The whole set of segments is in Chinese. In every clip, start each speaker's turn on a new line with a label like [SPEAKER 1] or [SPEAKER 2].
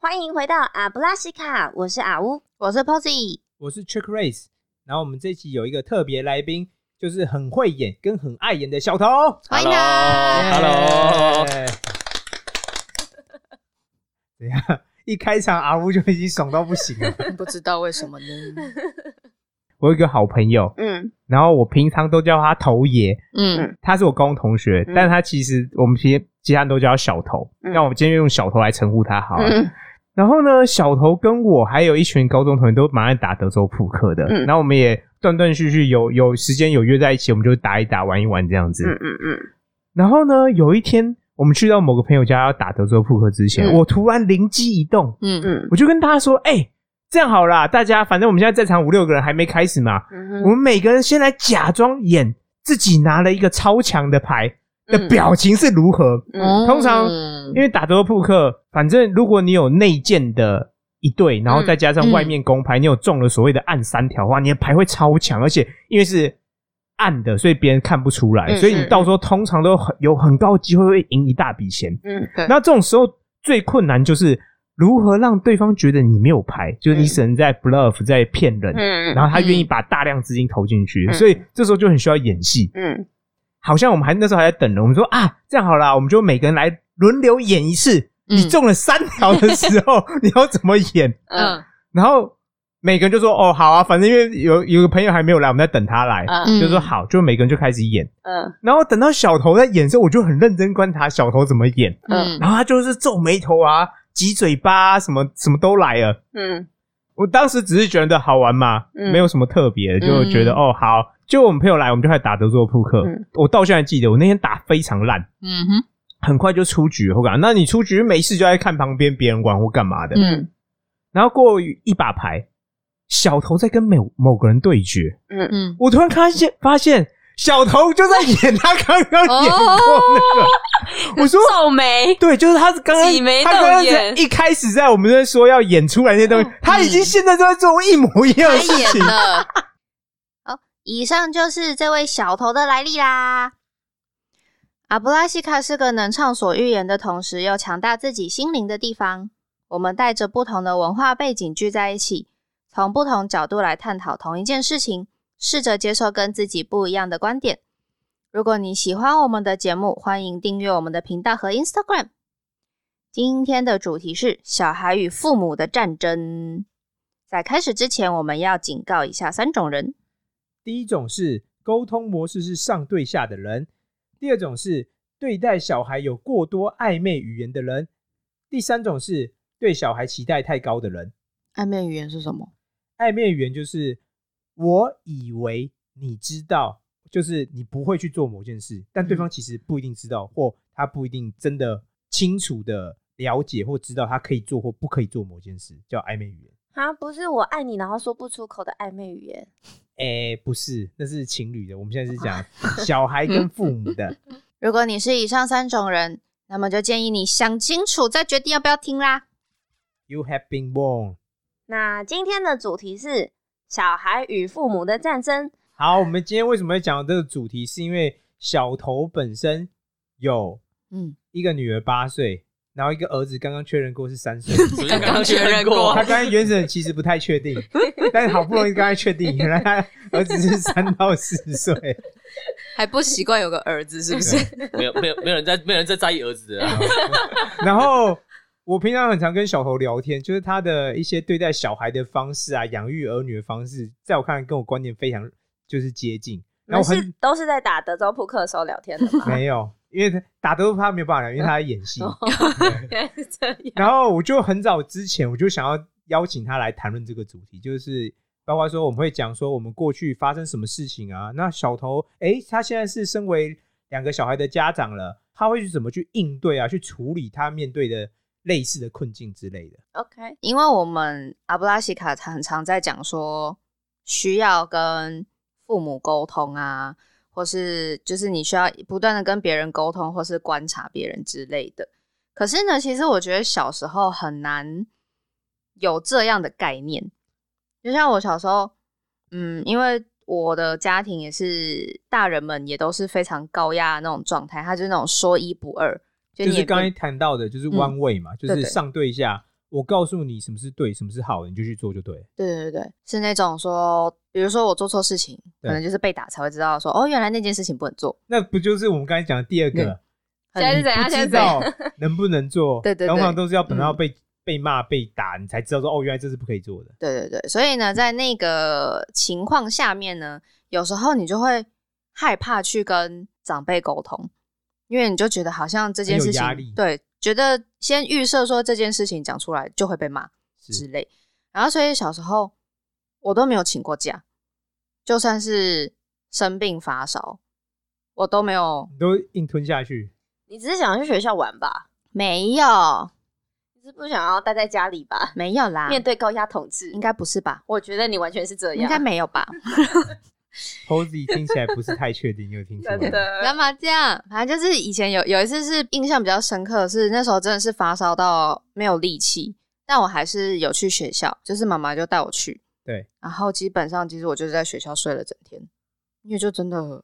[SPEAKER 1] 欢迎回到阿布拉西卡，我是阿乌，
[SPEAKER 2] 我是 Posy。
[SPEAKER 3] 我是 Trick Race，然后我们这期有一个特别来宾，就是很会演跟很爱演的小头。
[SPEAKER 2] 欢迎他
[SPEAKER 4] Hello，Hello，
[SPEAKER 3] 耶怎样？一开场阿乌就已经爽到不行了。
[SPEAKER 2] 不知道为什么呢？
[SPEAKER 3] 我有一个好朋友，
[SPEAKER 1] 嗯，
[SPEAKER 3] 然后我平常都叫他头爷，
[SPEAKER 2] 嗯，
[SPEAKER 3] 他是我高中同学，
[SPEAKER 1] 嗯
[SPEAKER 3] 但他其实我们其其他人都叫他小头，
[SPEAKER 1] 嗯
[SPEAKER 3] 那我们今天用小头来称呼他好了。
[SPEAKER 1] 嗯
[SPEAKER 3] 然后呢，小头跟我还有一群高中同学都蛮爱打德州扑克的，
[SPEAKER 1] 嗯
[SPEAKER 3] 然后我们也断断续续有有时间有约在一起，我们就打一打玩一玩这样子。
[SPEAKER 1] 嗯嗯嗯，
[SPEAKER 3] 然后呢，有一天我们去到某个朋友家要打德州扑克之前，
[SPEAKER 1] 嗯
[SPEAKER 3] 我突然灵机一动，
[SPEAKER 2] 嗯
[SPEAKER 1] 嗯
[SPEAKER 3] 我就跟大家说：“哎、这样好啦，大家反正我们现在在场五六个人还没开始嘛，
[SPEAKER 1] 嗯
[SPEAKER 3] 我们每个人先来假装演自己拿了一个超强的牌的表情是如何。
[SPEAKER 1] 嗯
[SPEAKER 3] 通常
[SPEAKER 2] 嗯
[SPEAKER 3] 因为打德州扑克，反正如果你有内建的一对，然后
[SPEAKER 1] 嗯
[SPEAKER 3] 再加上外面公牌，你有中了所谓的暗三条的话，你的牌会超强，而且因为是暗的，所以别人看不出来，
[SPEAKER 1] 嗯
[SPEAKER 3] 所以你到时候通常都很有很高的机会会赢一大笔钱。
[SPEAKER 1] 嗯
[SPEAKER 2] 对
[SPEAKER 3] 那这种时候最困难就是如何让对方觉得你没有牌，就是你只能在 bluff 在骗人。
[SPEAKER 1] 嗯，
[SPEAKER 3] 然后他愿意把大量资金投进去，
[SPEAKER 1] 嗯
[SPEAKER 3] 所以这时候就很需要演戏。
[SPEAKER 1] 嗯
[SPEAKER 3] 好像我们还那时候还在等人，我们说啊，这样好了，我们就每个人来轮流演一次。
[SPEAKER 2] 嗯
[SPEAKER 3] 你中了三条的时候，你要怎么 演？
[SPEAKER 1] 嗯
[SPEAKER 2] 嗯
[SPEAKER 3] 然后每个人就说哦，好啊，反正因为有有个朋友还没有来，我们在等他来，
[SPEAKER 1] 嗯
[SPEAKER 3] 就说好，就每个人就开始演。
[SPEAKER 1] 嗯
[SPEAKER 3] 然后等到小头在演的时候，我就很认真观察小头怎么演，
[SPEAKER 2] 嗯
[SPEAKER 3] 然后他就是皱眉头啊、挤嘴巴、啊，什么什么都来了。
[SPEAKER 1] 嗯
[SPEAKER 3] 我当时只是觉得好玩嘛，
[SPEAKER 1] 嗯
[SPEAKER 3] 没有什么特别，就觉得、
[SPEAKER 2] 嗯
[SPEAKER 3] 哦好。就我们朋友来，我们就开始打德州扑克。
[SPEAKER 1] 嗯
[SPEAKER 3] 我到现在记得，我那天打非常烂，
[SPEAKER 2] 嗯哼
[SPEAKER 3] 很快就出局。我感那你出局没事，就在看旁边别人玩或干嘛的。
[SPEAKER 2] 嗯
[SPEAKER 3] 然后过一把牌，小头在跟某某个人对决，
[SPEAKER 1] 嗯
[SPEAKER 2] 嗯，
[SPEAKER 3] 我突然看见发现小头就在演他刚刚演过那 个。我 说
[SPEAKER 5] 皱眉，
[SPEAKER 3] 对，就是他刚刚
[SPEAKER 5] 挤眉
[SPEAKER 3] 他
[SPEAKER 5] 弄
[SPEAKER 3] 刚刚在
[SPEAKER 5] 眼
[SPEAKER 3] 一开始在我们这说要演出来那些东西，他已经现在都在做一模一样
[SPEAKER 2] 他
[SPEAKER 3] 的事情
[SPEAKER 2] 演。了，
[SPEAKER 5] 以上就是这位小头的来历啦。
[SPEAKER 2] 阿布拉西卡是个能畅所欲言的同时又强大自己心灵的地方。我们带着不同的文化背景聚在一起，从不同角度来探讨同一件事情，试着接受跟自己不一样的观点。如果你喜欢我们的节目，欢迎订阅我们的频道和 Instagram。今天的主题是小孩与父母的战争。在开始之前，我们要警告以下三种人：
[SPEAKER 3] 第一种是沟通模式是上对下的人，第二种是对待小孩有过多暧昧语言的人，第三种是对小孩期待太高的人。
[SPEAKER 2] 暧昧语言是什么？
[SPEAKER 3] 暧昧语言就是我以为你知道，就是你不会去做某件事，但对方其实不一定知道，或他不一定真的清楚的了解或知道他可以做或不可以做某件事，叫暧昧语言。
[SPEAKER 1] 啊，不是我爱你，然后说不出口的暧昧语言。
[SPEAKER 3] 哎、不是，那是情侣的。我们现在是讲小孩跟父母的。
[SPEAKER 2] 如果你是以上三种人，那么就建议你想清楚再决定要不要听啦。
[SPEAKER 3] You have been born。
[SPEAKER 1] 那今天的主题是小孩与父母的战争。
[SPEAKER 3] 好，我们今天为什么会讲这个主题？是因为小头本身有
[SPEAKER 2] 嗯，
[SPEAKER 3] 一个女儿八岁，然后一个儿子刚刚确认过是三岁。
[SPEAKER 4] 不是
[SPEAKER 5] 刚刚确认过
[SPEAKER 3] 他刚才原神其实不太确定，但是好不容易刚才确定，原来他儿子是三到四岁。
[SPEAKER 2] 还不习惯有个儿子是不是？
[SPEAKER 4] 没有没有没有人在没有人在在意儿子的啊，
[SPEAKER 3] 然后我平常很常跟小头聊天，就是他的一些对待小孩的方式啊，养育儿女的方式，在我看来跟我观念非常就是接近。
[SPEAKER 1] 你
[SPEAKER 3] 然
[SPEAKER 1] 们
[SPEAKER 3] 后我
[SPEAKER 1] 是
[SPEAKER 3] 很
[SPEAKER 1] 都是在打德州扑克的时候聊天的吗？
[SPEAKER 2] 啊
[SPEAKER 3] 没有，因为他打德他没有办法聊，因为他在演戏。
[SPEAKER 2] 哦
[SPEAKER 1] 原来是 这样。
[SPEAKER 3] 然后我就很早之前我就想要邀请他来谈论这个主题，就是包括说我们会讲说我们过去发生什么事情啊。那小头，诶，他现在是身为两个小孩的家长了，他会去怎么去应对啊，去处理他面对的类似的困境之类的。
[SPEAKER 1] OK，
[SPEAKER 2] 因为我们阿布拉西卡很常在讲说，需要跟父母沟通啊，或是就是你需要不断的跟别人沟通，或是观察别人之类的。可是呢，其实我觉得小时候很难有这样的概念。就像我小时候，嗯，因为我的家庭也是大人们也都是非常高压的那种状态，他就是那种说一不二，就
[SPEAKER 3] 就
[SPEAKER 2] 你也
[SPEAKER 3] 是
[SPEAKER 2] 不
[SPEAKER 3] 刚才谈到的，就是
[SPEAKER 2] 嗯
[SPEAKER 3] 弯位嘛，就
[SPEAKER 2] 对
[SPEAKER 3] 是
[SPEAKER 2] 对
[SPEAKER 3] 上对下，我告诉你什么是对，什么是好的，你就去做就对了。
[SPEAKER 2] 对对对，是那种说，比如说我做错事情，
[SPEAKER 3] 对
[SPEAKER 2] 可能就是被打才会知道说，哦，原来那件事情不能做。
[SPEAKER 3] 那不就是我们刚才讲的第二个？
[SPEAKER 2] 很
[SPEAKER 1] 现在是怎
[SPEAKER 3] 不
[SPEAKER 1] 样？现在
[SPEAKER 3] 知
[SPEAKER 1] 是怎
[SPEAKER 3] 道
[SPEAKER 1] 样？
[SPEAKER 3] 能不能做？
[SPEAKER 2] 对对对
[SPEAKER 3] 通常都是要等到
[SPEAKER 2] 嗯
[SPEAKER 3] 被、被骂、被打，你才知道说哦，原来这是不可以做的。
[SPEAKER 2] 对对对，所以呢，在那个情况下面呢，有时候你就会害怕去跟长辈沟通，因为你就觉得好像这件
[SPEAKER 3] 很有
[SPEAKER 2] 事情
[SPEAKER 3] 压力
[SPEAKER 2] 对，觉得先预设说这件事情讲出来就会被骂之
[SPEAKER 3] 是
[SPEAKER 2] 类，然后所以小时候我都没有请过假，就算是生病发烧，我都没有
[SPEAKER 3] 你都硬吞下去，
[SPEAKER 1] 你只是想去学校玩吧？
[SPEAKER 2] 没有
[SPEAKER 1] 你是不想要待在家里 吧？
[SPEAKER 2] 没有啦，
[SPEAKER 1] 面对高压统治，
[SPEAKER 2] 应该不是吧？
[SPEAKER 1] 我觉得你完全是这样，
[SPEAKER 2] 应该没有吧？
[SPEAKER 3] Posy 听起来不是太确定，有听出来
[SPEAKER 1] 真
[SPEAKER 3] 吗？
[SPEAKER 1] 的。
[SPEAKER 2] 干嘛这样？反正就是以前有有一次是印象比较深刻的是，那时候真的是发烧到没有力气，但我还是有去学校，就是妈妈就带我去。
[SPEAKER 3] 对，
[SPEAKER 2] 然后基本上其实我就是在学校睡了整天，因为就真的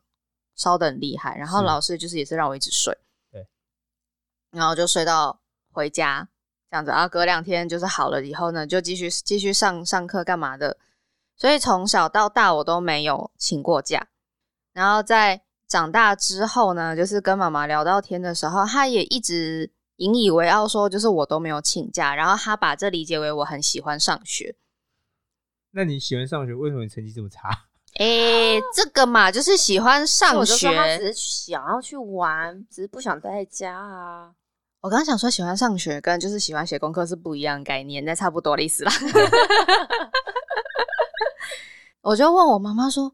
[SPEAKER 2] 烧的很厉害。然后
[SPEAKER 3] 是
[SPEAKER 2] 老师就是也是让我一直睡，
[SPEAKER 3] 对，
[SPEAKER 2] 然后就睡到回家这样子。然后隔两天就是好了以后呢，就继续继续上上课干嘛的。所以从小到大我都没有请过假。然后在长大之后呢，就是跟妈妈聊到天的时候，她也一直引以为傲说，就是我都没有请假。然后她把这理解为我很喜欢上学。
[SPEAKER 3] 那你喜欢上学，为什么你成绩这么差？
[SPEAKER 2] 诶、这个嘛，就是喜欢
[SPEAKER 1] 啊所以
[SPEAKER 2] 上
[SPEAKER 1] 我就
[SPEAKER 2] 学。
[SPEAKER 1] 说他只
[SPEAKER 2] 我
[SPEAKER 1] 是想要去玩，只是不想待在家啊。
[SPEAKER 2] 刚刚想说喜欢上学跟就是喜欢写功课是不一样的概念，但差不多的 意思啦。 我就问我妈妈说：“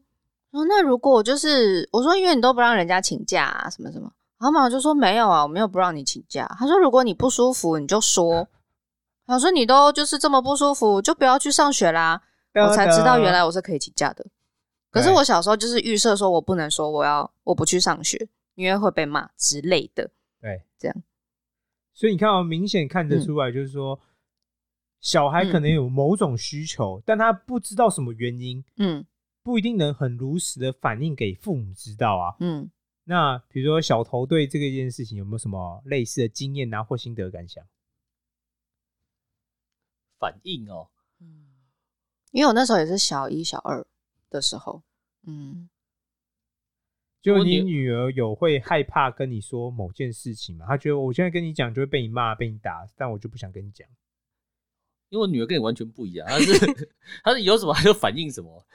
[SPEAKER 2] 说那如果我就是我说，因为你都不让人家请假啊，什么什么。”然后妈妈就说：“没有啊，我没有不让你请假。”她说：“如果你不舒服，你就说。”她说：“你都就是这么不舒服，就不要去上学啦。”我才知道原来我是可以请假的。可是
[SPEAKER 3] 啊对
[SPEAKER 2] 我小时候就是预设说我不能说我要我不去上学，因为会被骂之类的。
[SPEAKER 3] 对
[SPEAKER 2] 这样。嗯
[SPEAKER 3] 所以你看、哦，明显看得出来，就是说、小孩可能有某种需求，但他不知道什么原因，
[SPEAKER 2] 嗯
[SPEAKER 3] 不一定能很如实的反映给父母知道啊。
[SPEAKER 2] 嗯，
[SPEAKER 3] 那比如说小头对这个件事情有没有什么类似的经验啊或心得感想？
[SPEAKER 4] 反应哦，
[SPEAKER 2] 因为我那时候也是小一小二的时候，嗯，
[SPEAKER 3] 就
[SPEAKER 4] 我
[SPEAKER 3] 你
[SPEAKER 4] 女
[SPEAKER 3] 女儿有会害怕跟你说某件事情吗？她觉得我现在跟你讲就会被你骂、被你打，但我就不想跟你讲。
[SPEAKER 4] 因为我女儿跟你完全不一样，她是 她是有什么她就反应什么，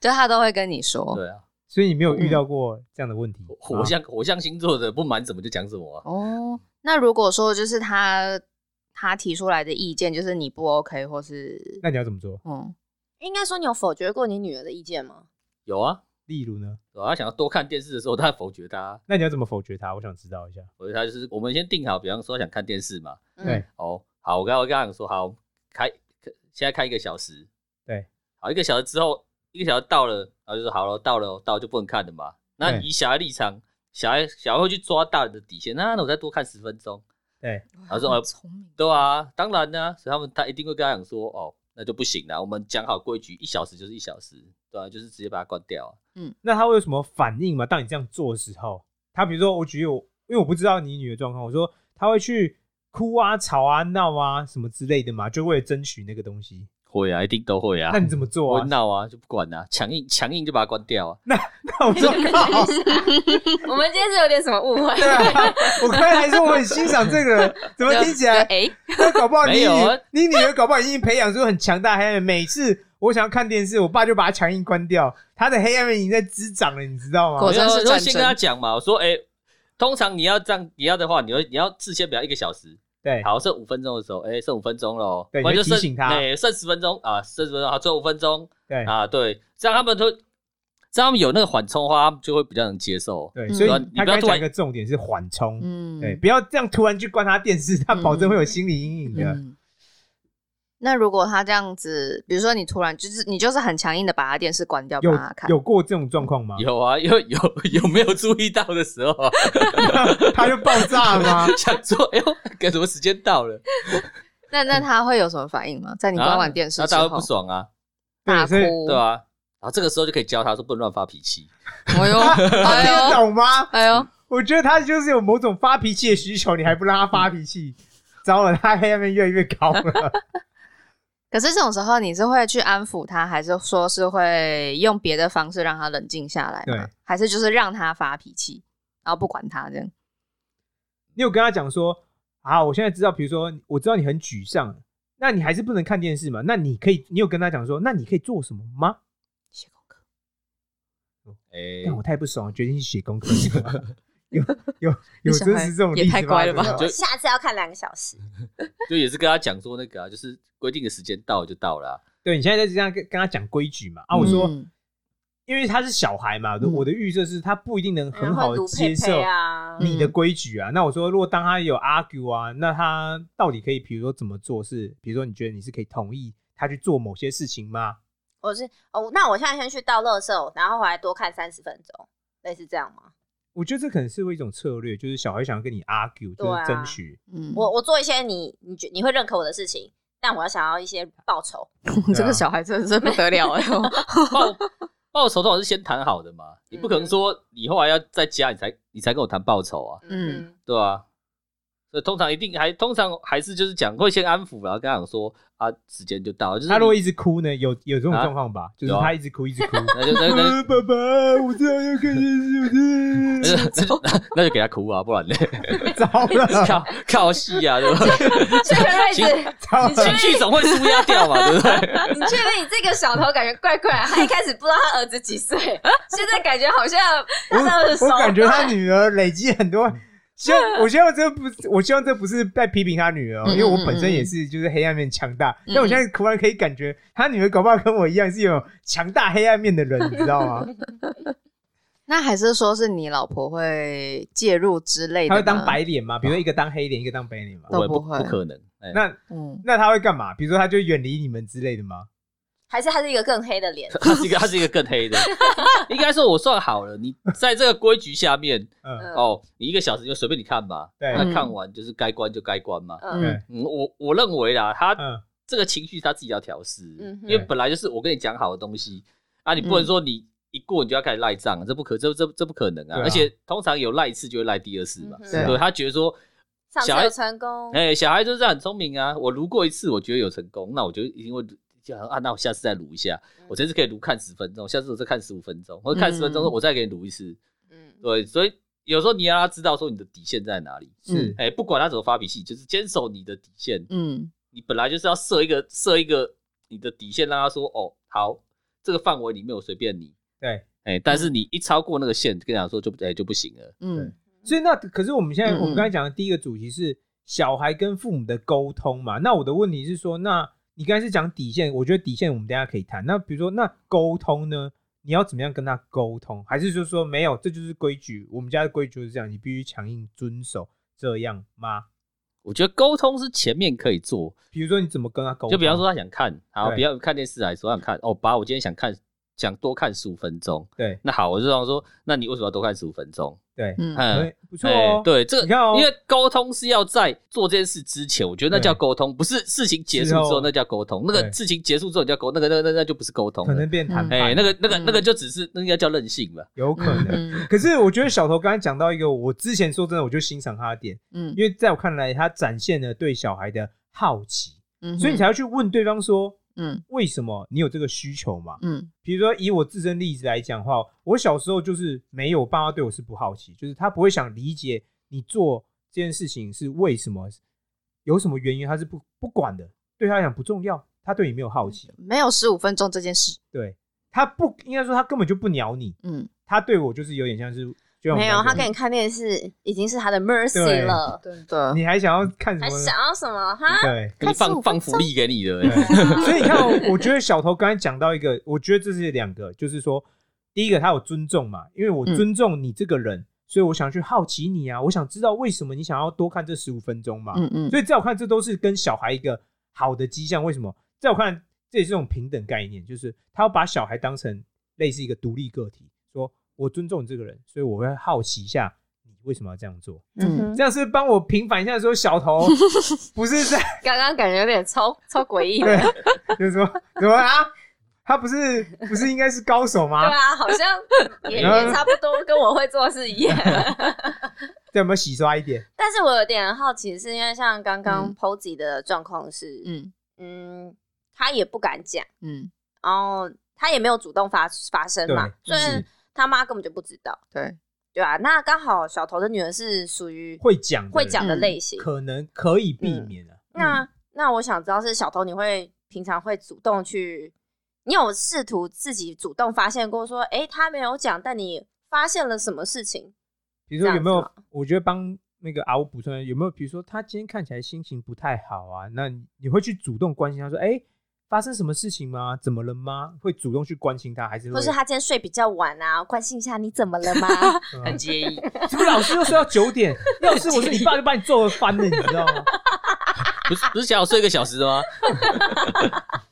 [SPEAKER 2] 就他都会跟你说
[SPEAKER 4] 对啊，
[SPEAKER 3] 所以你没有遇到过这样的问题。
[SPEAKER 4] 火
[SPEAKER 5] 啊
[SPEAKER 4] 象火象星座的不满什么就讲什么啊，
[SPEAKER 2] 哦。那如果说就是他他提出来的意见就是你不 OK 或是
[SPEAKER 3] 那你要怎么做？
[SPEAKER 2] 嗯，
[SPEAKER 1] 应该说你有否决过你女儿的意见吗？
[SPEAKER 4] 有啊，
[SPEAKER 3] 例如呢？
[SPEAKER 4] 对啊她想要多看电视的时候，她否决她，啊
[SPEAKER 3] 那你要怎么否决他？我想知道一下。
[SPEAKER 4] 否决她就是我们先定好，比方说想看电视嘛，
[SPEAKER 1] 嗯
[SPEAKER 3] 对，
[SPEAKER 4] 哦，好，我刚我刚刚想说好开，现在开一个小时，
[SPEAKER 3] 对，
[SPEAKER 4] 好，一个小时之后，一个小时到了，然后就说好了，到了，哦到了就不能看了嘛。那
[SPEAKER 3] 对
[SPEAKER 4] 以小孩立场，小孩小孩会去抓大人的底线，那那我再多看十分钟，
[SPEAKER 3] 对，
[SPEAKER 4] 然后说呃
[SPEAKER 2] 很聪明，
[SPEAKER 4] 对啊，当然呢、所以他们他一定会跟他讲说，哦，那就不行啦，我们讲好规矩，一小时就是一小时，对啊，就是直接把它关掉啊。
[SPEAKER 3] 那他会有什么反应吗？当你这样做的时候，他比如说我举例我，因为我不知道你女儿状况，我说他会去哭啊、吵啊、闹啊什么之类的嘛，就为了争取那个东西。
[SPEAKER 4] 会啊，一定都会啊
[SPEAKER 3] 那你怎么做
[SPEAKER 4] 会
[SPEAKER 3] 啊？
[SPEAKER 4] 闹啊，就不管啊，强硬强硬就把它关掉啊。
[SPEAKER 3] 那 我说靠，
[SPEAKER 1] 我们今天是有点什么误会？
[SPEAKER 3] 对啊，我刚才还说我很欣赏这个人，怎么听起来？
[SPEAKER 2] 哎、
[SPEAKER 3] 那搞不好你
[SPEAKER 4] 没有啊
[SPEAKER 3] 女你女儿搞不好已经培养出很强大的黑暗面。每次我想要看电视，我爸就把它强硬关掉，他的黑暗面已经在滋长了，你知道
[SPEAKER 2] 果
[SPEAKER 3] 吗？
[SPEAKER 4] 我
[SPEAKER 2] 真
[SPEAKER 4] 就是就
[SPEAKER 2] 战
[SPEAKER 4] 先
[SPEAKER 2] 争
[SPEAKER 4] 跟他讲嘛，我说，哎、通常你要这样，你要的话，你会你要事先表一个小时，
[SPEAKER 3] 对，
[SPEAKER 4] 好，剩五分钟的时候，哎、剩五分钟喽，
[SPEAKER 3] 对
[SPEAKER 4] 不然
[SPEAKER 3] 你
[SPEAKER 4] 就
[SPEAKER 3] 会
[SPEAKER 4] 剩
[SPEAKER 3] 提醒他
[SPEAKER 4] 对，剩十分钟啊，剩十分钟，好，最后五分钟
[SPEAKER 3] 对
[SPEAKER 4] 啊，对，这样他们都，这样他们有那个缓冲的话，他们就会比较能接受。
[SPEAKER 3] 对，
[SPEAKER 2] 嗯
[SPEAKER 3] 所以
[SPEAKER 4] 你不
[SPEAKER 3] 他
[SPEAKER 4] 要
[SPEAKER 3] 刚才
[SPEAKER 4] 突
[SPEAKER 3] 讲
[SPEAKER 4] 然
[SPEAKER 3] 一个重点是缓冲，
[SPEAKER 2] 嗯，
[SPEAKER 3] 对，不要这样突然去关他电视，他保证会有心理阴影的。
[SPEAKER 2] 嗯，那如果他这样子，比如说你突然就是你就是很强硬的把他电视关掉，
[SPEAKER 3] 有
[SPEAKER 2] 帮他看，
[SPEAKER 3] 有过这种状况吗？
[SPEAKER 4] 有啊，有有有没有注意到的时候啊？
[SPEAKER 3] 他就爆炸了 吗？
[SPEAKER 4] 想说，哎呦，该什么时间到了？
[SPEAKER 2] 那那他会有什么反应吗？在你关完电视
[SPEAKER 4] 啊
[SPEAKER 2] 之
[SPEAKER 4] 那
[SPEAKER 2] 嗯后，
[SPEAKER 4] 他会不爽啊，
[SPEAKER 2] 大
[SPEAKER 3] 对，所以
[SPEAKER 2] 哭，
[SPEAKER 4] 对啊，然后这个时候就可以教他说不能乱发脾气。
[SPEAKER 2] 哎 呦，
[SPEAKER 3] 他他听得
[SPEAKER 2] 哎呦，
[SPEAKER 3] 懂吗？
[SPEAKER 2] 哎呦，
[SPEAKER 3] 我觉得他就是有某种发脾气的需求，你还不让他发脾气，糟了，他黑暗面越来越高了。
[SPEAKER 2] 可是这种时候，你是会去安抚他，还是说是会用别的方式让他冷静下来吗
[SPEAKER 3] 对？
[SPEAKER 2] 还是就是让他发脾气，然后不管他这样？
[SPEAKER 3] 你有跟他讲说啊，我现在知道，比如说我知道你很沮丧，那你还是不能看电视嘛？那你可以，你有跟他讲说，那你可以做什么吗？
[SPEAKER 2] 写功课，
[SPEAKER 4] 哎
[SPEAKER 3] 但我太不爽了，决定去写功课。 有 有有
[SPEAKER 2] 你小
[SPEAKER 3] 真
[SPEAKER 2] 孩
[SPEAKER 3] 实这种
[SPEAKER 2] 也
[SPEAKER 3] 例子
[SPEAKER 2] 太
[SPEAKER 3] 吗
[SPEAKER 2] 乖了吧
[SPEAKER 3] 真的
[SPEAKER 4] 就
[SPEAKER 1] 下次要看两个小时，
[SPEAKER 4] 就也是跟他讲说那个啊，就是规定的时间到了就到了啊、
[SPEAKER 3] 对你现在在这样跟跟他讲规矩嘛？啊，我说，
[SPEAKER 2] 嗯
[SPEAKER 3] 因为他是小孩嘛，
[SPEAKER 2] 嗯
[SPEAKER 3] 我的预设是他不一定能很
[SPEAKER 1] 然后
[SPEAKER 3] 好的
[SPEAKER 1] 卢
[SPEAKER 3] 接
[SPEAKER 1] 佩
[SPEAKER 3] 受
[SPEAKER 1] 佩啊，
[SPEAKER 3] 你的规矩啊。那我说，如果当他有 argue 啊，那他到底可以，比如说怎么做是，比如说你觉得你是可以同意他去做某些事情吗？
[SPEAKER 1] 我是哦，那我现在先去倒垃圾，然后回来多看三十分钟，类似这样吗？
[SPEAKER 3] 我觉得这可能是一种策略，就是小孩想要跟你 argue，
[SPEAKER 1] 对
[SPEAKER 3] 就
[SPEAKER 1] 啊
[SPEAKER 3] 是争取。
[SPEAKER 2] 嗯，
[SPEAKER 1] 我我做一些你你觉你会认可我的事情，但我要想要一些报酬。
[SPEAKER 3] 啊
[SPEAKER 2] 这个小孩真的是不得了哎、
[SPEAKER 4] 报 报酬通常是先谈好的嘛，你不
[SPEAKER 2] 嗯
[SPEAKER 4] 可能说你后来要在家你才你才跟我谈报酬啊，
[SPEAKER 2] 嗯
[SPEAKER 1] 嗯，
[SPEAKER 4] 对吧、所以通常一定还通常还是就是讲会先安抚，然后跟他讲说啊时间就到了，就是
[SPEAKER 3] 他如果
[SPEAKER 4] 你
[SPEAKER 3] 一直哭呢，有有这种
[SPEAKER 4] 啊
[SPEAKER 3] 状况吧？就是
[SPEAKER 4] 有啊
[SPEAKER 3] 他一直哭，一直哭。
[SPEAKER 4] 那就那就 那
[SPEAKER 3] 呃爸爸，我知道要看电视，我 真
[SPEAKER 4] 就那就那那就给他哭啊，不 然呢？
[SPEAKER 3] 的 糟了，
[SPEAKER 4] 靠靠戏啊，对吧？
[SPEAKER 1] 这个位置，
[SPEAKER 3] 糟了。
[SPEAKER 4] 情绪总会舒压掉嘛，对 不对？
[SPEAKER 1] 你确定你这个小头感觉怪怪？他一开始不知道他儿子几 岁，现在感觉好像他的手
[SPEAKER 3] 我我感觉他女儿累积很多。
[SPEAKER 2] 嗯
[SPEAKER 3] 希望我希望这不是，我希望这不是在批评他女儿哦，
[SPEAKER 2] 嗯
[SPEAKER 3] 因为我本身也是就是黑暗面强大。
[SPEAKER 2] 嗯
[SPEAKER 3] 但我现在突然可以感觉他女儿搞不好跟我一样是有强大黑暗面的人，你知道 吗？
[SPEAKER 2] 那还是说是你老婆会介入之类的？
[SPEAKER 3] 他会当，白脸嘛？比如说一个当黑脸，一个当白脸嘛？
[SPEAKER 2] 都不
[SPEAKER 4] 不
[SPEAKER 2] 会
[SPEAKER 4] 不可能。哎
[SPEAKER 3] 那
[SPEAKER 2] 嗯，
[SPEAKER 3] 那他会干嘛？比如说他就远离你们之类的吗？
[SPEAKER 1] 还是他是一个更黑的脸。
[SPEAKER 4] 他是一个，他是一个更黑的。 应该说，我算好了，你在这个规矩下面，
[SPEAKER 2] 呃
[SPEAKER 3] 嗯，
[SPEAKER 4] 哦，你一个小时就随便你看吧，
[SPEAKER 3] 对，
[SPEAKER 4] 那
[SPEAKER 2] 嗯
[SPEAKER 4] 看完就是该关就该关嘛。
[SPEAKER 1] 嗯
[SPEAKER 4] 嗯，我我认为啦，他
[SPEAKER 3] 嗯，
[SPEAKER 4] 这个情绪他自己要调试，
[SPEAKER 1] 嗯哼
[SPEAKER 4] 因为本来就是我跟你讲好的东西啊，你不能说你一过你就要开始赖账，这不可这这这不可能啊！
[SPEAKER 3] 对啊啊
[SPEAKER 4] 而且通常有赖一次就会赖第二次嘛，
[SPEAKER 1] 嗯
[SPEAKER 2] 对
[SPEAKER 4] 对他觉得说。
[SPEAKER 1] 上次
[SPEAKER 4] 小孩
[SPEAKER 1] 有成功，
[SPEAKER 4] 哎、小孩就是这样很聪明啊！我撸过一次，我觉得有成功，那我就一定会就啊，那我下次再撸一下，我这次可以撸看十分钟，下次我再看十五分钟，或者看十分
[SPEAKER 2] 嗯
[SPEAKER 4] 钟，我再给你撸一次。
[SPEAKER 1] 嗯，
[SPEAKER 4] 对，所以有时候你要让他知道说你的底线在哪里。
[SPEAKER 3] 是
[SPEAKER 4] 哎、不管他怎么发脾气，就是坚守你的底线。
[SPEAKER 2] 嗯，
[SPEAKER 4] 你本来就是要设一个设一个你的底线，让他说哦，好，这个范围里面我随便你。
[SPEAKER 3] 对。嗯
[SPEAKER 4] 哎、但是你一超过那个线，跟他说就哎、就不行了。
[SPEAKER 2] 嗯，
[SPEAKER 3] 所以那可是我们现在
[SPEAKER 2] 嗯嗯
[SPEAKER 3] 我们刚才讲的第一个主题是小孩跟父母的沟通嘛？那我的问题是说，那你刚才是讲底线，我觉得底线我们等一下可以谈。那比如说，那沟通呢？你要怎么样跟他沟通？还是就是说没有，这就是规矩，我们家的规矩就是这样，你必须强硬遵守这样吗？
[SPEAKER 4] 我觉得沟通是前面可以做，
[SPEAKER 3] 比如说你怎么跟他沟通？
[SPEAKER 4] 就比方说他想看，好，
[SPEAKER 3] 对
[SPEAKER 4] 比方看电视来说，他想看哦，爸，我今天想看，想多看十五分钟。
[SPEAKER 3] 对
[SPEAKER 4] 那好，我就想说，那你为什么要多看十五分钟？
[SPEAKER 3] 对，
[SPEAKER 2] 嗯，
[SPEAKER 4] 嗯，
[SPEAKER 3] 哎不错哦
[SPEAKER 4] 哎，对，这个
[SPEAKER 3] 你看哦
[SPEAKER 4] 因为沟通是要在做这件事之前，我觉得那
[SPEAKER 3] 对
[SPEAKER 4] 叫沟通，不是事情结束
[SPEAKER 3] 之
[SPEAKER 4] 之
[SPEAKER 3] 后
[SPEAKER 4] 后那叫沟通，那
[SPEAKER 3] 对
[SPEAKER 4] 个事情结束之后你叫沟，那个那个那个那就不是沟通
[SPEAKER 3] 可
[SPEAKER 4] 了
[SPEAKER 3] 能。变谈判，
[SPEAKER 4] 哎，那个那个
[SPEAKER 2] 嗯
[SPEAKER 4] 那个就只是那应该叫任性吧。
[SPEAKER 3] 有可能。
[SPEAKER 2] 嗯
[SPEAKER 3] 可是我觉得小头刚才讲到一个，我之前说真的，我就欣赏他的点，
[SPEAKER 2] 嗯
[SPEAKER 3] 因为在我看来，他展现了对小孩的好奇，
[SPEAKER 2] 嗯，
[SPEAKER 3] 所以你才要去问对方说
[SPEAKER 2] 嗯
[SPEAKER 3] 为什么你有这个需求嘛？
[SPEAKER 2] 嗯
[SPEAKER 3] 比如说以我自身例子来讲的话，我小时候就是没有我爸妈对我是不好奇，就是他不会想理解你做这件事情是为什么，有什么原因，他是不不管的，对他来讲不重要，他对你没有好
[SPEAKER 1] 嗯
[SPEAKER 3] 奇，
[SPEAKER 2] 没有十五分钟这件事，
[SPEAKER 3] 对他不应该说他根本就不鸟你，
[SPEAKER 2] 嗯，
[SPEAKER 3] 他对我就是有点像是就像我
[SPEAKER 1] 没
[SPEAKER 3] 们
[SPEAKER 1] 有，
[SPEAKER 3] 刚才
[SPEAKER 1] 他
[SPEAKER 3] 讲
[SPEAKER 1] 给你看电视已经是他的 mercy
[SPEAKER 3] 对
[SPEAKER 1] 了，
[SPEAKER 2] 真的，
[SPEAKER 3] 你还想要看什
[SPEAKER 1] 还
[SPEAKER 3] 么呢？
[SPEAKER 1] 想要什么哈？
[SPEAKER 3] 对。
[SPEAKER 4] 给你放放福利给你的、
[SPEAKER 3] 对
[SPEAKER 4] 哎
[SPEAKER 3] 所以你看哦，我觉得小头刚才讲到一个，我觉得这是两个，就是说，第一个他有尊重嘛，因为我尊重你这个人，所以我想去好奇你啊，我想知道为什么你想要多看这十五分钟嘛。
[SPEAKER 2] 嗯嗯
[SPEAKER 3] 所以在我看，这都是跟小孩一个好的迹象。为什么？在我看，这也是一种平等概念，就是他要把小孩当成类似一个独立个体，说我尊重你这个人，所以我会好奇一下你为什么要这样做。
[SPEAKER 2] 嗯
[SPEAKER 1] 嗯
[SPEAKER 3] 这样是帮我平反一下，说 小头不是在
[SPEAKER 1] 刚刚感觉有点超超诡异的，
[SPEAKER 3] 对，就是说什么啊？他不是不是应该是高手
[SPEAKER 1] 对啊
[SPEAKER 3] 吗？
[SPEAKER 1] 啊，好像也也差不多跟我会做的事一样。
[SPEAKER 3] 对，有没有洗刷一点？
[SPEAKER 1] 但是我有点好奇，是因为像刚刚
[SPEAKER 2] 嗯
[SPEAKER 1] Posy 的状况是，
[SPEAKER 2] 嗯
[SPEAKER 1] 嗯，他也不敢讲，
[SPEAKER 2] 嗯，
[SPEAKER 1] 然后他也没有主动发发声嘛，所
[SPEAKER 3] 对
[SPEAKER 1] 以
[SPEAKER 3] 是
[SPEAKER 1] 他妈根本就不知道，
[SPEAKER 2] 对，
[SPEAKER 1] 对啊，那刚好小头的女儿是属于
[SPEAKER 3] 会讲的
[SPEAKER 1] 会讲的嗯
[SPEAKER 2] 嗯
[SPEAKER 1] 类型，
[SPEAKER 3] 可能可以避免啊。
[SPEAKER 1] 那那我想知道是小头，你会平常会主动去，你有试图自己主动发现过说，诶，他没有讲，但你发现了什么事情？
[SPEAKER 3] 比如说有
[SPEAKER 1] 这
[SPEAKER 3] 没
[SPEAKER 1] 样哦
[SPEAKER 3] 有？我觉得帮那个阿五补充一下，有没有？比如说他今天看起来心情不太好啊，那你你会去主动关心他说：“哎、发生什么事情吗？怎么了吗？”会主动去关心他，还是
[SPEAKER 1] 或
[SPEAKER 3] 会
[SPEAKER 1] 是他今天睡比较晚啊，关心一下你怎么 了吗？
[SPEAKER 3] 嗯
[SPEAKER 4] 很介意。
[SPEAKER 3] 是不是老师又说要九 点？要是我是你爸，就把你揍翻了，你知道吗？
[SPEAKER 4] 不是不是想要睡一个小时的吗？